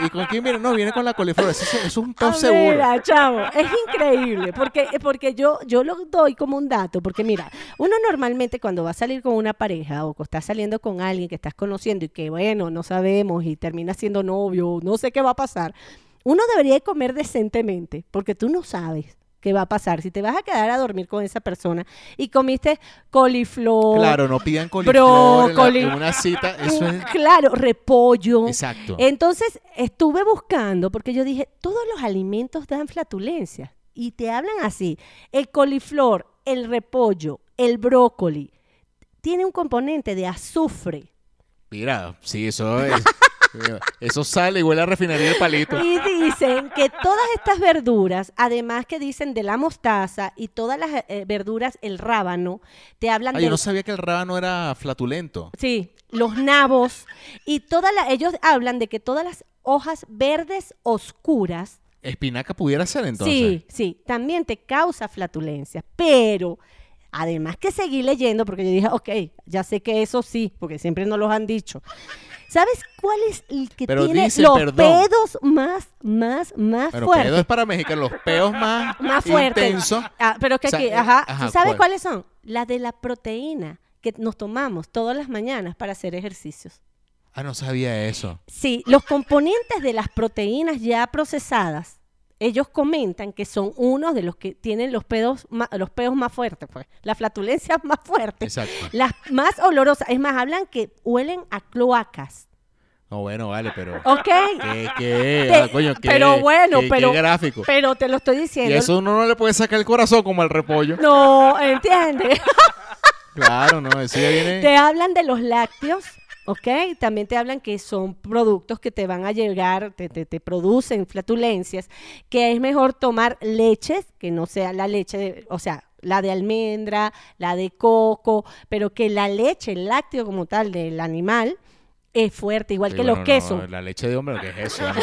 S1: ¿Y con quién viene? No, viene con la coliflor. Eso, es- eso es un top
S2: Ah,
S1: seguro.
S2: Mira, chavo, es increíble, porque, porque yo, yo lo doy como un dato, porque mira, uno normalmente cuando va a salir con una pareja o que está saliendo con alguien que estás conociendo y que bueno, no sabemos y termina siendo novio, no sé qué va a pasar, uno debería comer decentemente, porque tú no sabes qué va a pasar. Si te vas a quedar a dormir con esa persona y comiste coliflor,
S1: Claro, no pidan coliflor en, la-
S2: Brócoli.
S1: en una cita. Eso
S2: un-
S1: es.
S2: Claro, repollo.
S1: Exacto.
S2: Entonces estuve buscando, porque yo dije, todos los alimentos dan flatulencia. Y te hablan así. El coliflor, el repollo, el brócoli, tiene un componente de azufre.
S1: Mira, sí, eso es. Mira, Eso sale y huele a refinería de palito.
S2: Y dicen que todas estas verduras, además que dicen de la mostaza y todas las eh, verduras, el rábano, te hablan
S1: Ah,
S2: de
S1: yo no sabía que el rábano era flatulento.
S2: Sí, los nabos. Y todas la- ellos hablan de que todas las hojas verdes oscuras,
S1: Espinaca pudiera ser entonces.
S2: sí, sí, también te causa flatulencia. Pero además que seguí leyendo, porque yo dije, ok, ya sé que eso sí, porque siempre nos los han dicho. ¿Sabes cuál es el que
S1: Pero
S2: tiene
S1: dicen,
S2: los
S1: perdón.
S2: pedos más, más, más
S1: Bueno,
S2: fuertes?
S1: pedo es para mexicanos. Los peos más,
S2: más fuerte.
S1: intensos.
S2: Ah, pero es que
S1: O sea,
S2: aquí,
S1: eh,
S2: ajá,
S1: ajá,
S2: ¿tú ¿sabes
S1: ¿cuál?
S2: cuáles son? Las de la proteína que nos tomamos todas las mañanas para hacer ejercicios.
S1: Ah, no sabía eso.
S2: Sí, los componentes de las proteínas ya procesadas, ellos comentan que son unos de los que tienen los pedos ma- los pedos más fuertes, pues, las flatulencias más fuertes,
S1: Exacto.
S2: las más olorosas, es más, hablan que huelen a cloacas,
S1: No, bueno, vale, pero.
S2: ¿ok?
S1: ¿Qué? qué?
S2: Te-
S1: Ah, coño, qué-
S2: pero bueno,
S1: qué- qué
S2: pero,
S1: gráfico.
S2: pero te lo estoy
S1: Y
S2: diciendo.
S1: eso uno no le puede sacar el corazón como al repollo.
S2: No, ¿entiendes?
S1: Claro, no, eso ya viene.
S2: Te hablan de los lácteos, ¿ok? También te hablan que son productos que te van a llegar, te, te- te producen flatulencias, que es mejor tomar leches, que no sea la leche, de- o sea, la de almendra, la de coco, pero que la leche, el lácteo como tal del animal, es fuerte, igual
S1: Sí,
S2: que
S1: bueno,
S2: los quesos.
S1: no, la leche de hombre, ¿qué es eso? No,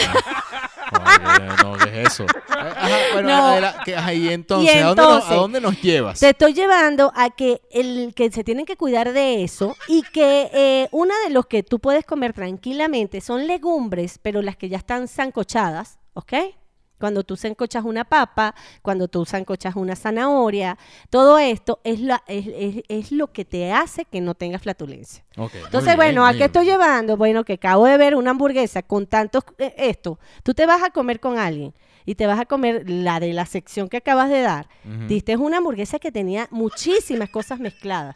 S1: no, no, ¿qué es eso? Ajá, bueno,
S2: No.
S1: Adela, que- ajá, y entonces, ¿a, dónde nos,
S2: entonces,
S1: ¿a dónde nos llevas?
S2: Te estoy llevando a que el que se tienen que cuidar de eso y que eh, una de los que tú puedes comer tranquilamente son legumbres, pero las que ya están sancochadas, ¿ok? Cuando tú sancochas una papa, cuando tú sancochas una zanahoria, todo esto es, la- es, es- es lo que te hace que no tengas flatulencia.
S1: Ok, muy
S2: Entonces,
S1: bien,
S2: bueno, ¿a
S1: muy
S2: qué estoy
S1: bien.
S2: llevando? Bueno, que acabo de ver una hamburguesa con tantos eh, esto. Tú te vas a comer con alguien y te vas a comer la de la sección que acabas de dar. Diste una hamburguesa que tenía muchísimas cosas mezcladas.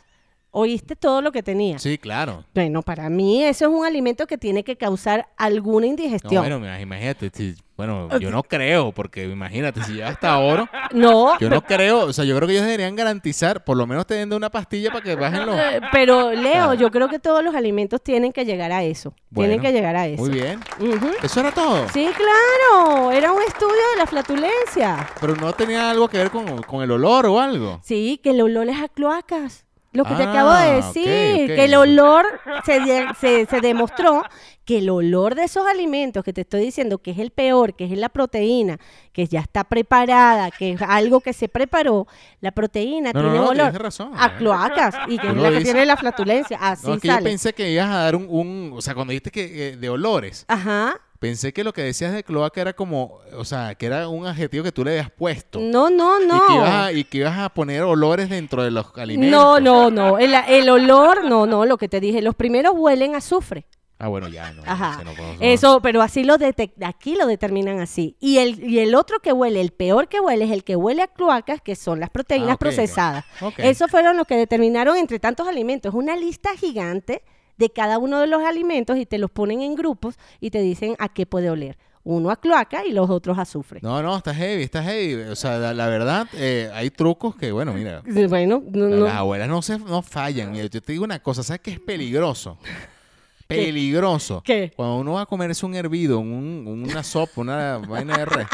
S2: Oíste todo lo que tenía.
S1: Sí, claro.
S2: Bueno, para mí eso es un alimento que tiene que causar alguna
S1: No,
S2: indigestión. No,
S1: bueno, mira, imagínate, si- bueno, yo no creo, porque imagínate, si ya hasta ahora, yo no creo, o sea, yo creo que ellos deberían garantizar, por lo menos te den de una pastilla para que bajen los...
S2: eh, pero Leo, yo creo que todos los alimentos tienen que llegar a eso. tienen
S1: Bueno,
S2: que llegar a eso.
S1: Muy bien.
S2: Ujú.
S1: Eso era todo.
S2: Sí, claro. Era un estudio de la flatulencia.
S1: Pero no tenía algo que ver con, con el olor o algo.
S2: Sí, que el olor es a cloacas. Lo que te
S1: Ah,
S2: acabo de
S1: ok,
S2: decir,
S1: ok.
S2: que el olor se, de- se- se demostró que el olor de esos alimentos que te estoy diciendo que es el peor, que es la proteína, que ya está preparada, que es algo que se preparó, la proteína
S1: No, no,
S2: tiene
S1: no,
S2: olor
S1: tienes razón,
S2: a
S1: ¿eh?
S2: cloacas y que
S1: Tú
S2: es
S1: lo
S2: la que
S1: dices.
S2: tiene la flatulencia. Así
S1: No, es que yo
S2: sale.
S1: pensé que ibas a dar un, un- o sea, cuando dijiste que eh, de olores,
S2: Ajá.
S1: Pensé que lo que decías de cloaca era como, o sea, que era un adjetivo que tú le habías puesto.
S2: No, no, no.
S1: Y que, ibas a, y que ibas a poner olores dentro de los alimentos.
S2: No, no, no. El, el olor, no, no, lo que te dije, los primeros huelen a azufre.
S1: Ah, bueno, ya, no.
S2: Ajá.
S1: ese no puedo-
S2: Eso, pero así lo detec- aquí lo determinan así. Y el, y el otro que huele, el peor que huele es el que huele a cloacas, que son las proteínas
S1: Ah, ok, ok.
S2: procesadas.
S1: Ok.
S2: Eso fueron los que determinaron entre tantos alimentos. Una lista gigante de cada uno de los alimentos y te los ponen en grupos y te dicen a qué puede oler. Uno a cloaca y los otros a azufre.
S1: No, no, está heavy, está heavy. O sea, la, la verdad, eh, hay trucos que, bueno, mira,
S2: Bueno, no, no.
S1: las abuelas no, se, no fallan. Mira, yo te digo una cosa, ¿sabes qué es peligroso? Peligroso.
S2: ¿Qué?
S1: Cuando uno va a comerse un hervido, un- una sopa, una vaina de res,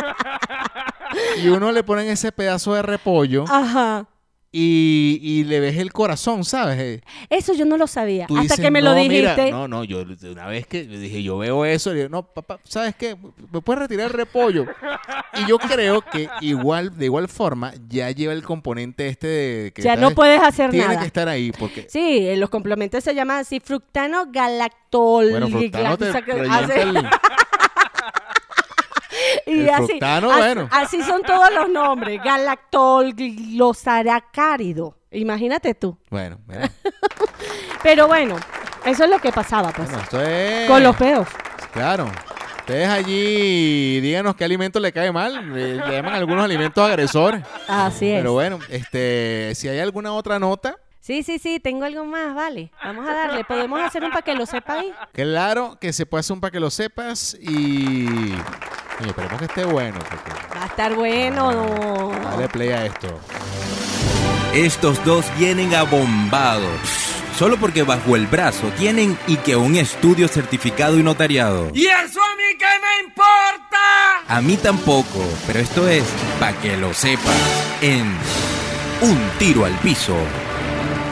S1: y uno le ponen ese pedazo de repollo.
S2: Ah. Ajá.
S1: y, y le ves el corazón, ¿sabes? Eh,
S2: Eso yo no lo sabía.
S1: tú
S2: Hasta
S1: dices,
S2: que me lo
S1: "No, mira",
S2: dijiste.
S1: no, no, yo de una vez que yo dije, yo veo eso, le digo, no, papá, ¿sabes qué? Me puedes retirar el repollo. Y yo creo que igual, de igual forma, ya lleva el componente este de que
S2: ya
S1: tal
S2: no
S1: vez
S2: puedes hacer
S1: tiene
S2: nada.
S1: que estar ahí porque
S2: Sí, eh, los complementos se llaman así, fructano galactol.
S1: bueno, fruta, no te
S2: gla- saca-
S1: revienta
S2: hace-
S1: el-
S2: Y
S1: El
S2: así,
S1: fructano,
S2: así,
S1: bueno.
S2: así son todos los nombres. Galactol, glosaracárido. Imagínate tú.
S1: Bueno, mira.
S2: Pero bueno, eso es lo que pasaba, pues.
S1: Bueno, esto es-
S2: Con los pedos.
S1: Claro. Ustedes allí, díganos qué alimento le cae mal. Le le llaman algunos alimentos agresores.
S2: Así es.
S1: Pero bueno, este, si hay alguna otra nota,
S2: Sí, sí, sí, tengo algo más, vale. Vamos a darle. Podemos hacer un para que lo sepa ahí.
S1: claro que se puede hacer un para que lo sepas y. Coño, esperemos que esté bueno. porque-
S2: Va a estar bueno.
S1: Dale play a esto.
S4: Estos dos vienen abombados. Solo porque bajo el brazo tienen y que un estudio certificado y notariado.
S5: ¿Y eso a mí qué me importa?
S4: A mí tampoco, pero esto es para que lo sepas en Un tiro al piso.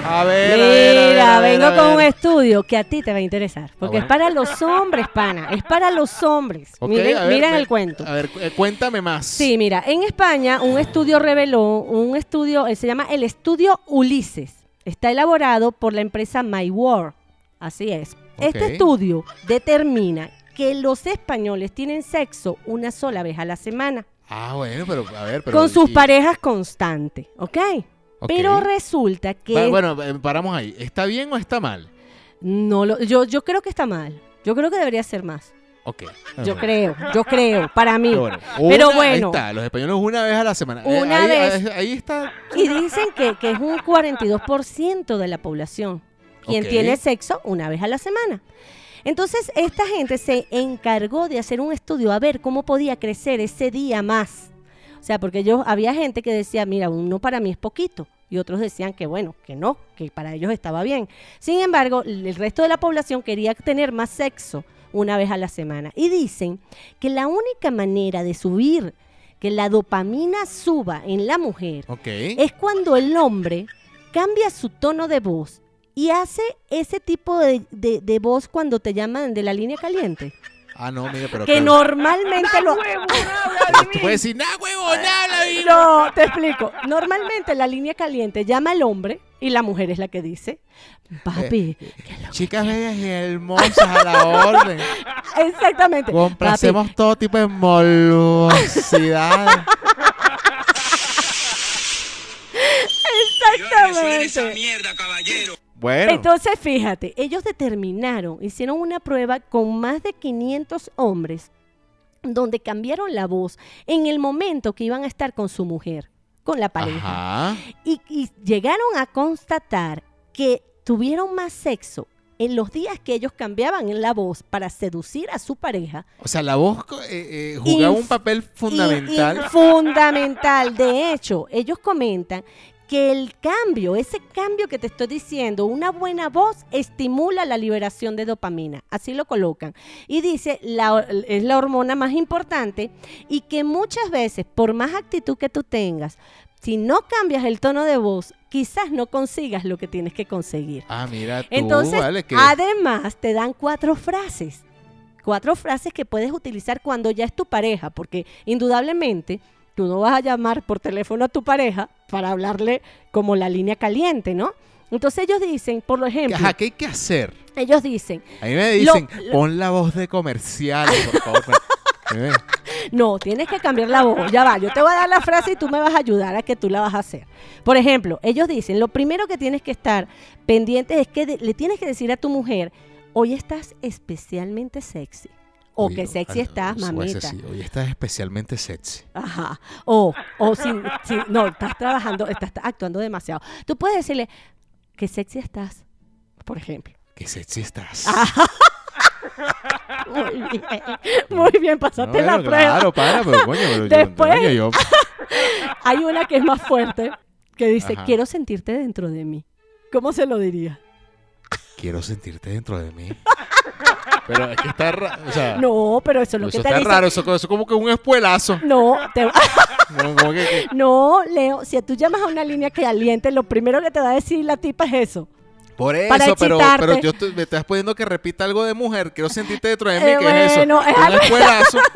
S1: A ver, a ver, a ver,
S2: Mira,
S1: a ver, a
S2: vengo con un
S1: ver.
S2: estudio que a ti te va a interesar. Porque
S1: bueno.
S2: es para los hombres, pana. Es para los hombres.
S1: Ok,
S2: este. miren
S1: a ver,
S2: miren
S1: ve-
S2: el cuento.
S1: A ver, cu- eh, cuéntame más.
S2: Sí, mira, en España un estudio reveló, un estudio, eh, se llama el estudio Ulises. Está elaborado por la empresa MyWar. Así es.
S1: Ok.
S2: Este estudio determina que los españoles tienen sexo una sola vez a la semana
S1: Ah, bueno, pero a ver. Pero,
S2: con sus
S1: y-
S2: parejas constantes, ¿ok?
S1: Ok.
S2: Pero resulta que
S1: Va- Bueno, eh, paramos ahí. ¿Está bien o está mal?
S2: no lo, yo, yo creo que está mal. Yo creo que debería ser más.
S1: Ok.
S2: Yo
S1: Ok.
S2: creo, yo creo, para mí.
S1: Pero bueno,
S2: Pero
S1: una- ahí
S2: bueno.
S1: está, los españoles una vez a la semana. Eh,
S2: Una
S1: ahí,
S2: vez.
S1: ahí- ahí está.
S2: Y dicen que, que es un 42% de la población quien
S1: Ok.
S2: tiene sexo una vez a la semana. Entonces, esta gente se encargó de hacer un estudio a ver cómo podía crecer ese día más. O sea, porque ellos, había gente que decía, mira, uno para mí es poquito. Y otros decían que bueno, que no, que para ellos estaba bien. Sin embargo, el resto de la población quería tener más sexo una vez a la semana. Y dicen que la única manera de subir, que la dopamina suba en la mujer,
S1: Ok.
S2: es cuando el hombre cambia su tono de voz y hace ese tipo de, de- de voz cuando te llaman de la línea caliente.
S1: Ah, no, mire, pero.
S2: Que
S1: pero-
S2: normalmente lo...
S1: Tú puedes decir, nah, huevo, nah, habla bien".
S2: No, te explico. Normalmente la línea caliente llama al hombre y la mujer es la que dice, papi,
S1: Chicas bellas y hermosas a la orden.
S2: exactamente.
S1: Complacemos todo tipo de molosidad.
S2: "Papi, exactamente.
S4: mierda, caballero.
S1: Bueno.
S2: Entonces, fíjate, ellos determinaron, hicieron una prueba con más de 500 hombres, donde cambiaron la voz en el momento que iban a estar con su mujer, con la pareja.
S1: Ajá.
S2: Y, y llegaron a constatar que tuvieron más sexo en los días que ellos cambiaban en la voz para seducir a su pareja.
S1: O sea, la voz co- eh, eh, jugaba
S2: Inf-
S1: un papel
S2: Y-
S1: fundamental.
S2: y fundamental. De hecho, ellos comentan que el cambio, ese cambio que te estoy diciendo, una buena voz estimula la liberación de dopamina. Así lo colocan. Y dice, la- es la hormona más importante y que muchas veces, por más actitud que tú tengas, si no cambias el tono de voz, quizás no consigas lo que tienes que conseguir.
S1: Ah, mira tú,
S2: Entonces,
S1: vale, que
S2: además, te dan cuatro frases. Cuatro frases que puedes utilizar cuando ya es tu pareja, porque indudablemente tú no vas a llamar por teléfono a tu pareja para hablarle como la línea caliente, ¿no? Entonces ellos dicen, por ejemplo,
S1: Ajá, ¿qué hay que hacer?
S2: ellos dicen,
S1: A mí me
S2: Lo-
S1: dicen,
S2: lo-
S1: pon la voz de comercial, por favor. Eh,
S2: no, tienes que cambiar la voz, ya va, yo te voy a dar la frase y tú me vas a ayudar a que tú la vas a hacer. Por ejemplo, ellos dicen, lo primero que tienes que estar pendiente es que de- le tienes que decir a tu mujer, hoy estás especialmente sexy. O
S1: oye,
S2: que sexy
S1: o-
S2: estás,
S1: o ese
S2: mamita.
S1: sí, Hoy estás especialmente sexy.
S2: Ajá. O, o si, si- no, estás trabajando, estás actuando demasiado. Tú puedes decirle, qué sexy estás, por ejemplo.
S1: Que sexy estás.
S2: Ah, Muy bien, muy bien,
S1: No,
S2: pasaste
S1: Ah, bueno,
S2: la prueba.
S1: Claro, para, pero coño, pero yo-
S2: Después-
S1: coño, yo,
S2: Hay una que es más fuerte, que dice,
S1: Ajá.
S2: quiero sentirte dentro de mí. ¿Cómo se lo diría?
S1: quiero sentirte dentro de mí. Pero es que está raro, o sea,
S2: No, pero eso es
S1: Ah.
S2: lo
S1: Pues eso
S2: que te
S1: está
S2: dice.
S1: raro, eso, eso como que un espuelazo.
S2: No, te-
S1: Como- como que- que-
S2: no, Leo, si tú llamas a una línea que aliente, lo primero que te va a decir la tipa es eso.
S1: Por eso,
S2: Para
S1: pero,
S2: excitarte.
S1: pero yo te- me estás poniendo que repita algo de mujer. Quiero sentirte dentro de mí.
S2: Eh,
S1: ¿Qué es eso?
S2: bueno, es
S1: Un
S2: algo-
S1: escuelazo.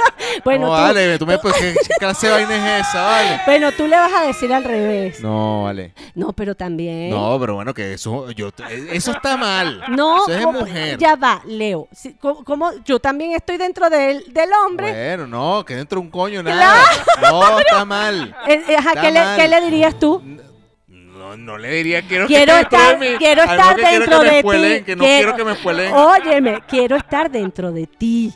S1: no,
S2: Bueno, tú-
S1: vale, tú me pues, ¿qué clase de vaina es esa, vale?
S2: Bueno, tú le vas a decir al revés. No,
S1: No, vale.
S2: pero también.
S1: No, pero bueno, que eso, yo, eso está mal.
S2: No,
S1: eso es de
S2: ¿cómo-
S1: mujer.
S2: ya va, Leo. Si- ¿cómo- cómo? yo también estoy dentro del, del hombre.
S1: Bueno, no, que dentro un coño nada. No, está mal.
S2: Eh, eh, ajá,
S1: Está
S2: ¿qué, le,
S1: mal.
S2: qué le dirías tú?
S1: No, no le diría quiero,
S2: Quiero
S1: que
S2: estar,
S1: me
S2: quiero
S1: Además
S2: estar
S1: que
S2: dentro
S1: quiero que me
S2: de
S1: espuelen,
S2: ti. Oh,
S1: Que no quiero que me espuelen.
S2: Óyeme, quiero estar dentro de ti.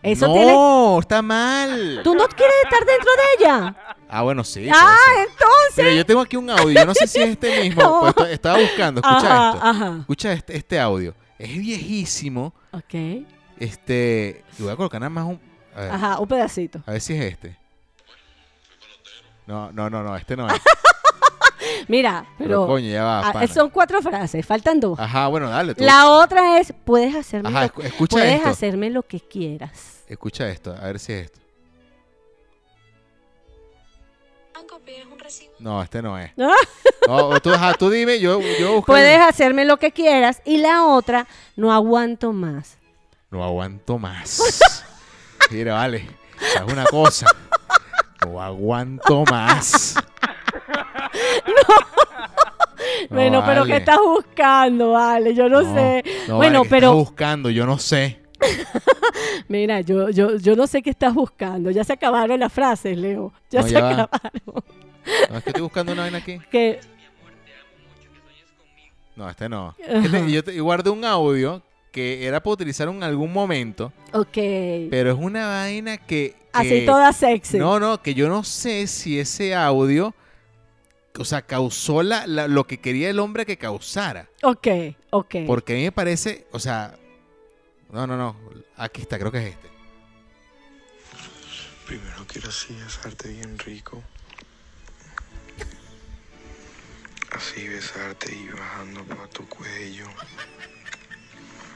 S2: Eso
S1: no,
S2: tiene.
S1: está mal.
S2: ¿Tú no quieres estar dentro de ella?
S1: Ah, bueno, sí.
S2: ah,
S1: puede ser.
S2: entonces.
S1: Mira, yo tengo aquí un audio, yo no sé si es este mismo,
S2: No.
S1: pues, esto- estaba buscando, escucha
S2: Ajá,
S1: esto.
S2: ajá.
S1: Escucha este, este audio. Es viejísimo.
S2: Ok.
S1: Eh. Este, y voy a colocar nada más un a ver,
S2: Ajá, un pedacito.
S1: a ver si es este. No, no, no, no, este no es.
S2: Mira,
S1: Pero
S2: Ah, pero.
S1: coño, ya va,
S2: ah,
S1: pana.
S2: son cuatro frases, faltan dos.
S1: Ajá, bueno, dale tú.
S2: La otra es: puedes hacerme,
S1: Ajá,
S2: lo,
S1: escu- escucha
S2: puedes
S1: esto.
S2: hacerme lo que quieras.
S1: Escucha esto, a ver si es esto. No, este no es.
S2: ¿No?
S1: No, o tú, ajá, tú dime, yo, yo busco.
S2: Puedes hacerme lo que quieras. Y la otra, no aguanto más.
S1: No aguanto más. Mira, vale. Es una cosa. No aguanto más. No,
S2: bueno, pero
S1: vale.
S2: ¿qué estás buscando? Vale, yo no, sé.
S1: no,
S2: bueno,
S1: vale, ¿qué
S2: pero
S1: estás buscando, yo no sé.
S2: mira, yo, yo, yo no sé qué estás buscando. Ya se acabaron las frases, Leo. Ya
S1: No,
S2: se
S1: ya va.
S2: acabaron.
S1: No, es que estoy buscando una vaina aquí.
S2: Que,
S1: No, este no.
S2: Ajá.
S1: Este- yo, te- yo guardé un audio que era para utilizar en algún momento,
S2: ok.
S1: pero es una vaina que.
S2: Así
S1: que-
S2: toda sexy.
S1: No, no, que yo no sé si ese audio, o sea, causó la, la- lo que quería el hombre que causara.
S2: Ok, ok.
S1: Porque a mí me parece, o sea, no, no, no, aquí está, creo que es este.
S6: Primero quiero así besarte bien rico. Así besarte y bajando para tu cuello.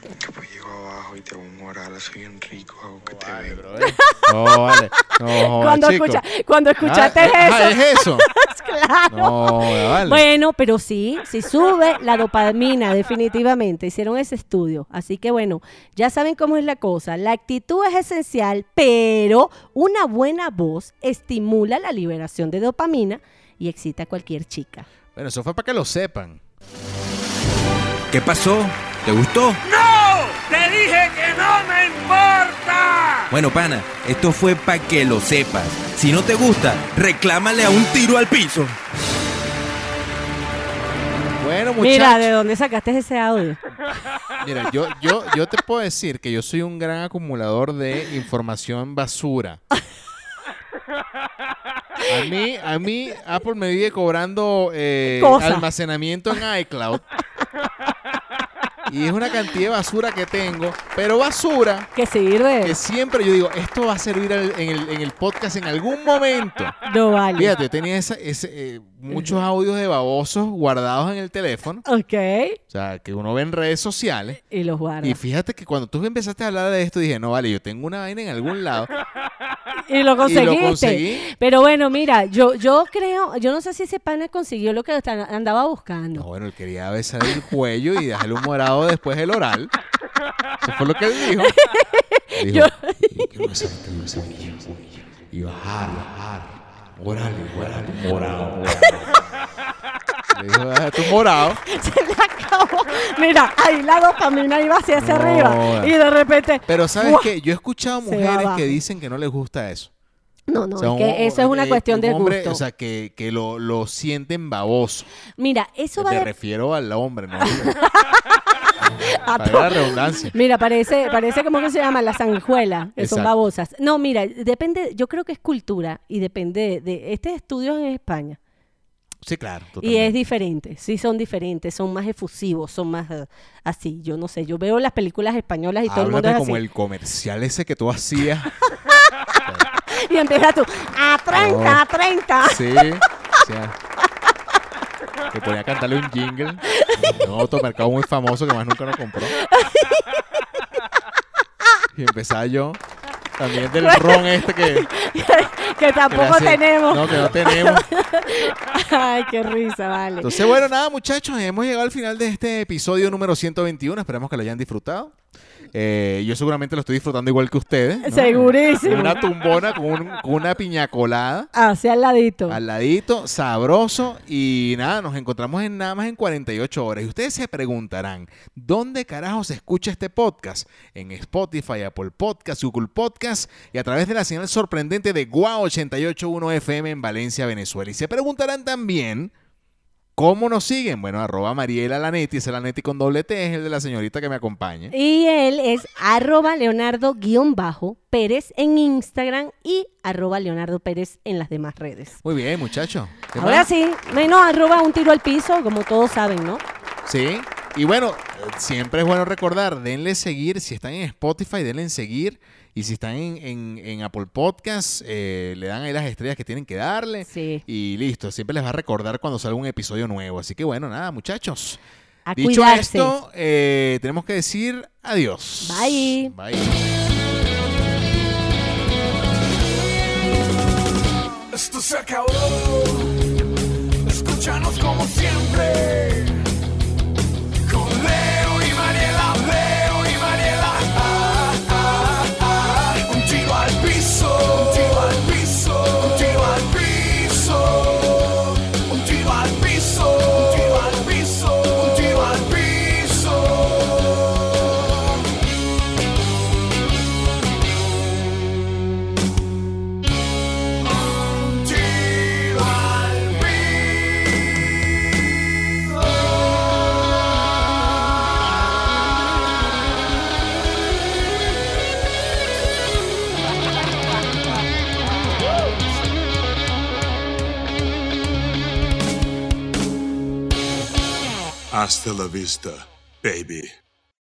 S6: Después llego abajo y te hago un oral así bien rico, hago que te venga.
S1: No, vale. No,
S2: cuando,
S1: chico.
S2: escucha, cuando escuchaste
S1: Ah,
S2: eso,
S1: ah, es eso.
S2: claro.
S1: No, vale.
S2: Bueno, pero sí, si sube la dopamina, definitivamente. Hicieron ese estudio. Así que bueno, ya saben cómo es la cosa. La actitud es esencial, pero una buena voz estimula la liberación de dopamina y excita a cualquier chica.
S1: Bueno, eso fue para que lo sepan.
S4: ¿Qué pasó? ¿Te gustó?
S5: ¡Te dije que no me importa!
S4: Bueno, pana, esto fue para que lo sepas. Si no te gusta, reclámale a un tiro al piso.
S1: Bueno,
S2: Mira,
S1: muchachos.
S2: ¿de dónde sacaste ese audio?
S1: Mira, yo, yo, yo te puedo decir que yo soy un gran acumulador de información basura. A mí, a mí Apple me vive cobrando eh,
S2: Cosa.
S1: almacenamiento en iCloud. Y es una cantidad de basura que tengo, pero basura
S2: Que sirve.
S1: que siempre yo digo, esto va a servir al- en el, en el podcast en algún momento.
S2: No vale.
S1: Fíjate, yo tenía esa- ese, eh, muchos audios de babosos guardados en el teléfono,
S2: Ok.
S1: o sea, que uno ve en redes sociales.
S2: Y los guarda.
S1: Y fíjate que cuando tú empezaste a hablar de esto, dije, no, vale, yo tengo una vaina en algún lado.
S2: Y lo
S1: Y
S2: conseguiste.
S1: lo conseguí.
S2: Pero bueno, mira, yo, yo creo, yo no sé si ese pana consiguió lo que está- andaba buscando.
S1: No, bueno, él quería besar el cuello y dejarle un morado después el oral. Eso fue lo que él dijo. Dijo, yo quiero besarte los cuellos. Y bajar, bajar. Oral, oral, morado. morado. Le dijo, "Deja tu morado.
S2: Se le acabó. Mira, ahí la dopamina iba hacia, hacia
S1: No,
S2: arriba.
S1: eh.
S2: Y de repente.
S1: Pero ¿sabes
S2: ¡guau!
S1: qué? Yo he escuchado
S2: Se va
S1: mujeres
S2: abajo.
S1: que dicen que no les gusta eso.
S2: No, no,
S1: O sea,
S2: es que
S1: un-
S2: eso es una
S1: eh,
S2: cuestión
S1: un
S2: de
S1: hombre,
S2: gusto.
S1: O sea, que, que lo, lo sienten baboso.
S2: Mira, eso va
S1: Me
S2: de-
S1: refiero al hombre, ¿no?
S2: a
S1: Para la redundancia.
S2: Ah, Mira, parece, parece como que se llama las sanjuelas, que son
S1: Exacto.
S2: babosas. No, mira, depende, yo creo que es cultura y depende de, de este estudio es en España.
S1: Sí, claro.
S2: Y es
S1: totalmente.
S2: diferente, sí son diferentes, son más efusivos, son más eh, así. Yo no sé, yo veo las películas españolas y todo el mundo es
S1: Háblame
S2: así.
S1: como el comercial ese que tú hacías.
S2: Y empieza tú, a 30, a 30.
S1: sí. O sea, que podía cantarle un jingle. En un automercado muy famoso que más nunca lo compró. Y empezaba yo. También del ron este que.
S2: que tampoco
S1: Gracias.
S2: tenemos.
S1: No, que no tenemos.
S2: Ay, qué risa, vale.
S1: Entonces, bueno, nada, muchachos, hemos llegado al final de este episodio número 121. Esperamos que lo hayan disfrutado. Eh, yo seguramente lo estoy disfrutando igual que ustedes. ¿no?
S2: Segurísimo.
S1: Una tumbona con, un- con una piña colada.
S2: Hacia al ladito.
S1: Al ladito, sabroso. Y nada, nos encontramos en nada más en 48 horas. Y ustedes se preguntarán, ¿dónde carajo se escucha este podcast? En Spotify, Apple Podcast, Google Podcast y a través de la señal sorprendente de Guau 881 FM en Valencia, Venezuela. Y se preguntarán también... ¿Cómo nos siguen? Bueno, arroba Mariela Lanetti, es el Lanetti con doble T, es el de la señorita que me acompaña.
S2: Y él es arroba leonardo-pérez en Instagram y arroba leonardo pérez en las demás redes.
S1: Muy bien, muchachos. ¿Qué
S2: Ahora
S1: más?
S2: sí, menos arroba un tiro al piso, como todos saben, ¿no?
S1: Sí. Y bueno, eh, siempre es bueno recordar, denle seguir, si están en Spotify, denle en seguir. Y si están en, en- en Apple Podcast, eh, le dan ahí las estrellas que tienen que darle.
S2: Sí.
S1: Y listo, siempre les va a recordar cuando salga un episodio nuevo. Así que bueno, nada, muchachos.
S2: A
S1: Dicho
S2: cuidarse.
S1: esto, eh, tenemos que decir adiós.
S2: Bye.
S1: Bye.
S7: Esto se acabó. Escúchanos como siempre. Con Leo y Mariela, Leo y Mariela. Ah, ah, ah. Un tiro al piso. Un tiro al piso. Un tiro al piso. Un tiro al piso. Un tiro al piso. Un tiro al piso. Un tiro al
S8: Hasta la vista, baby.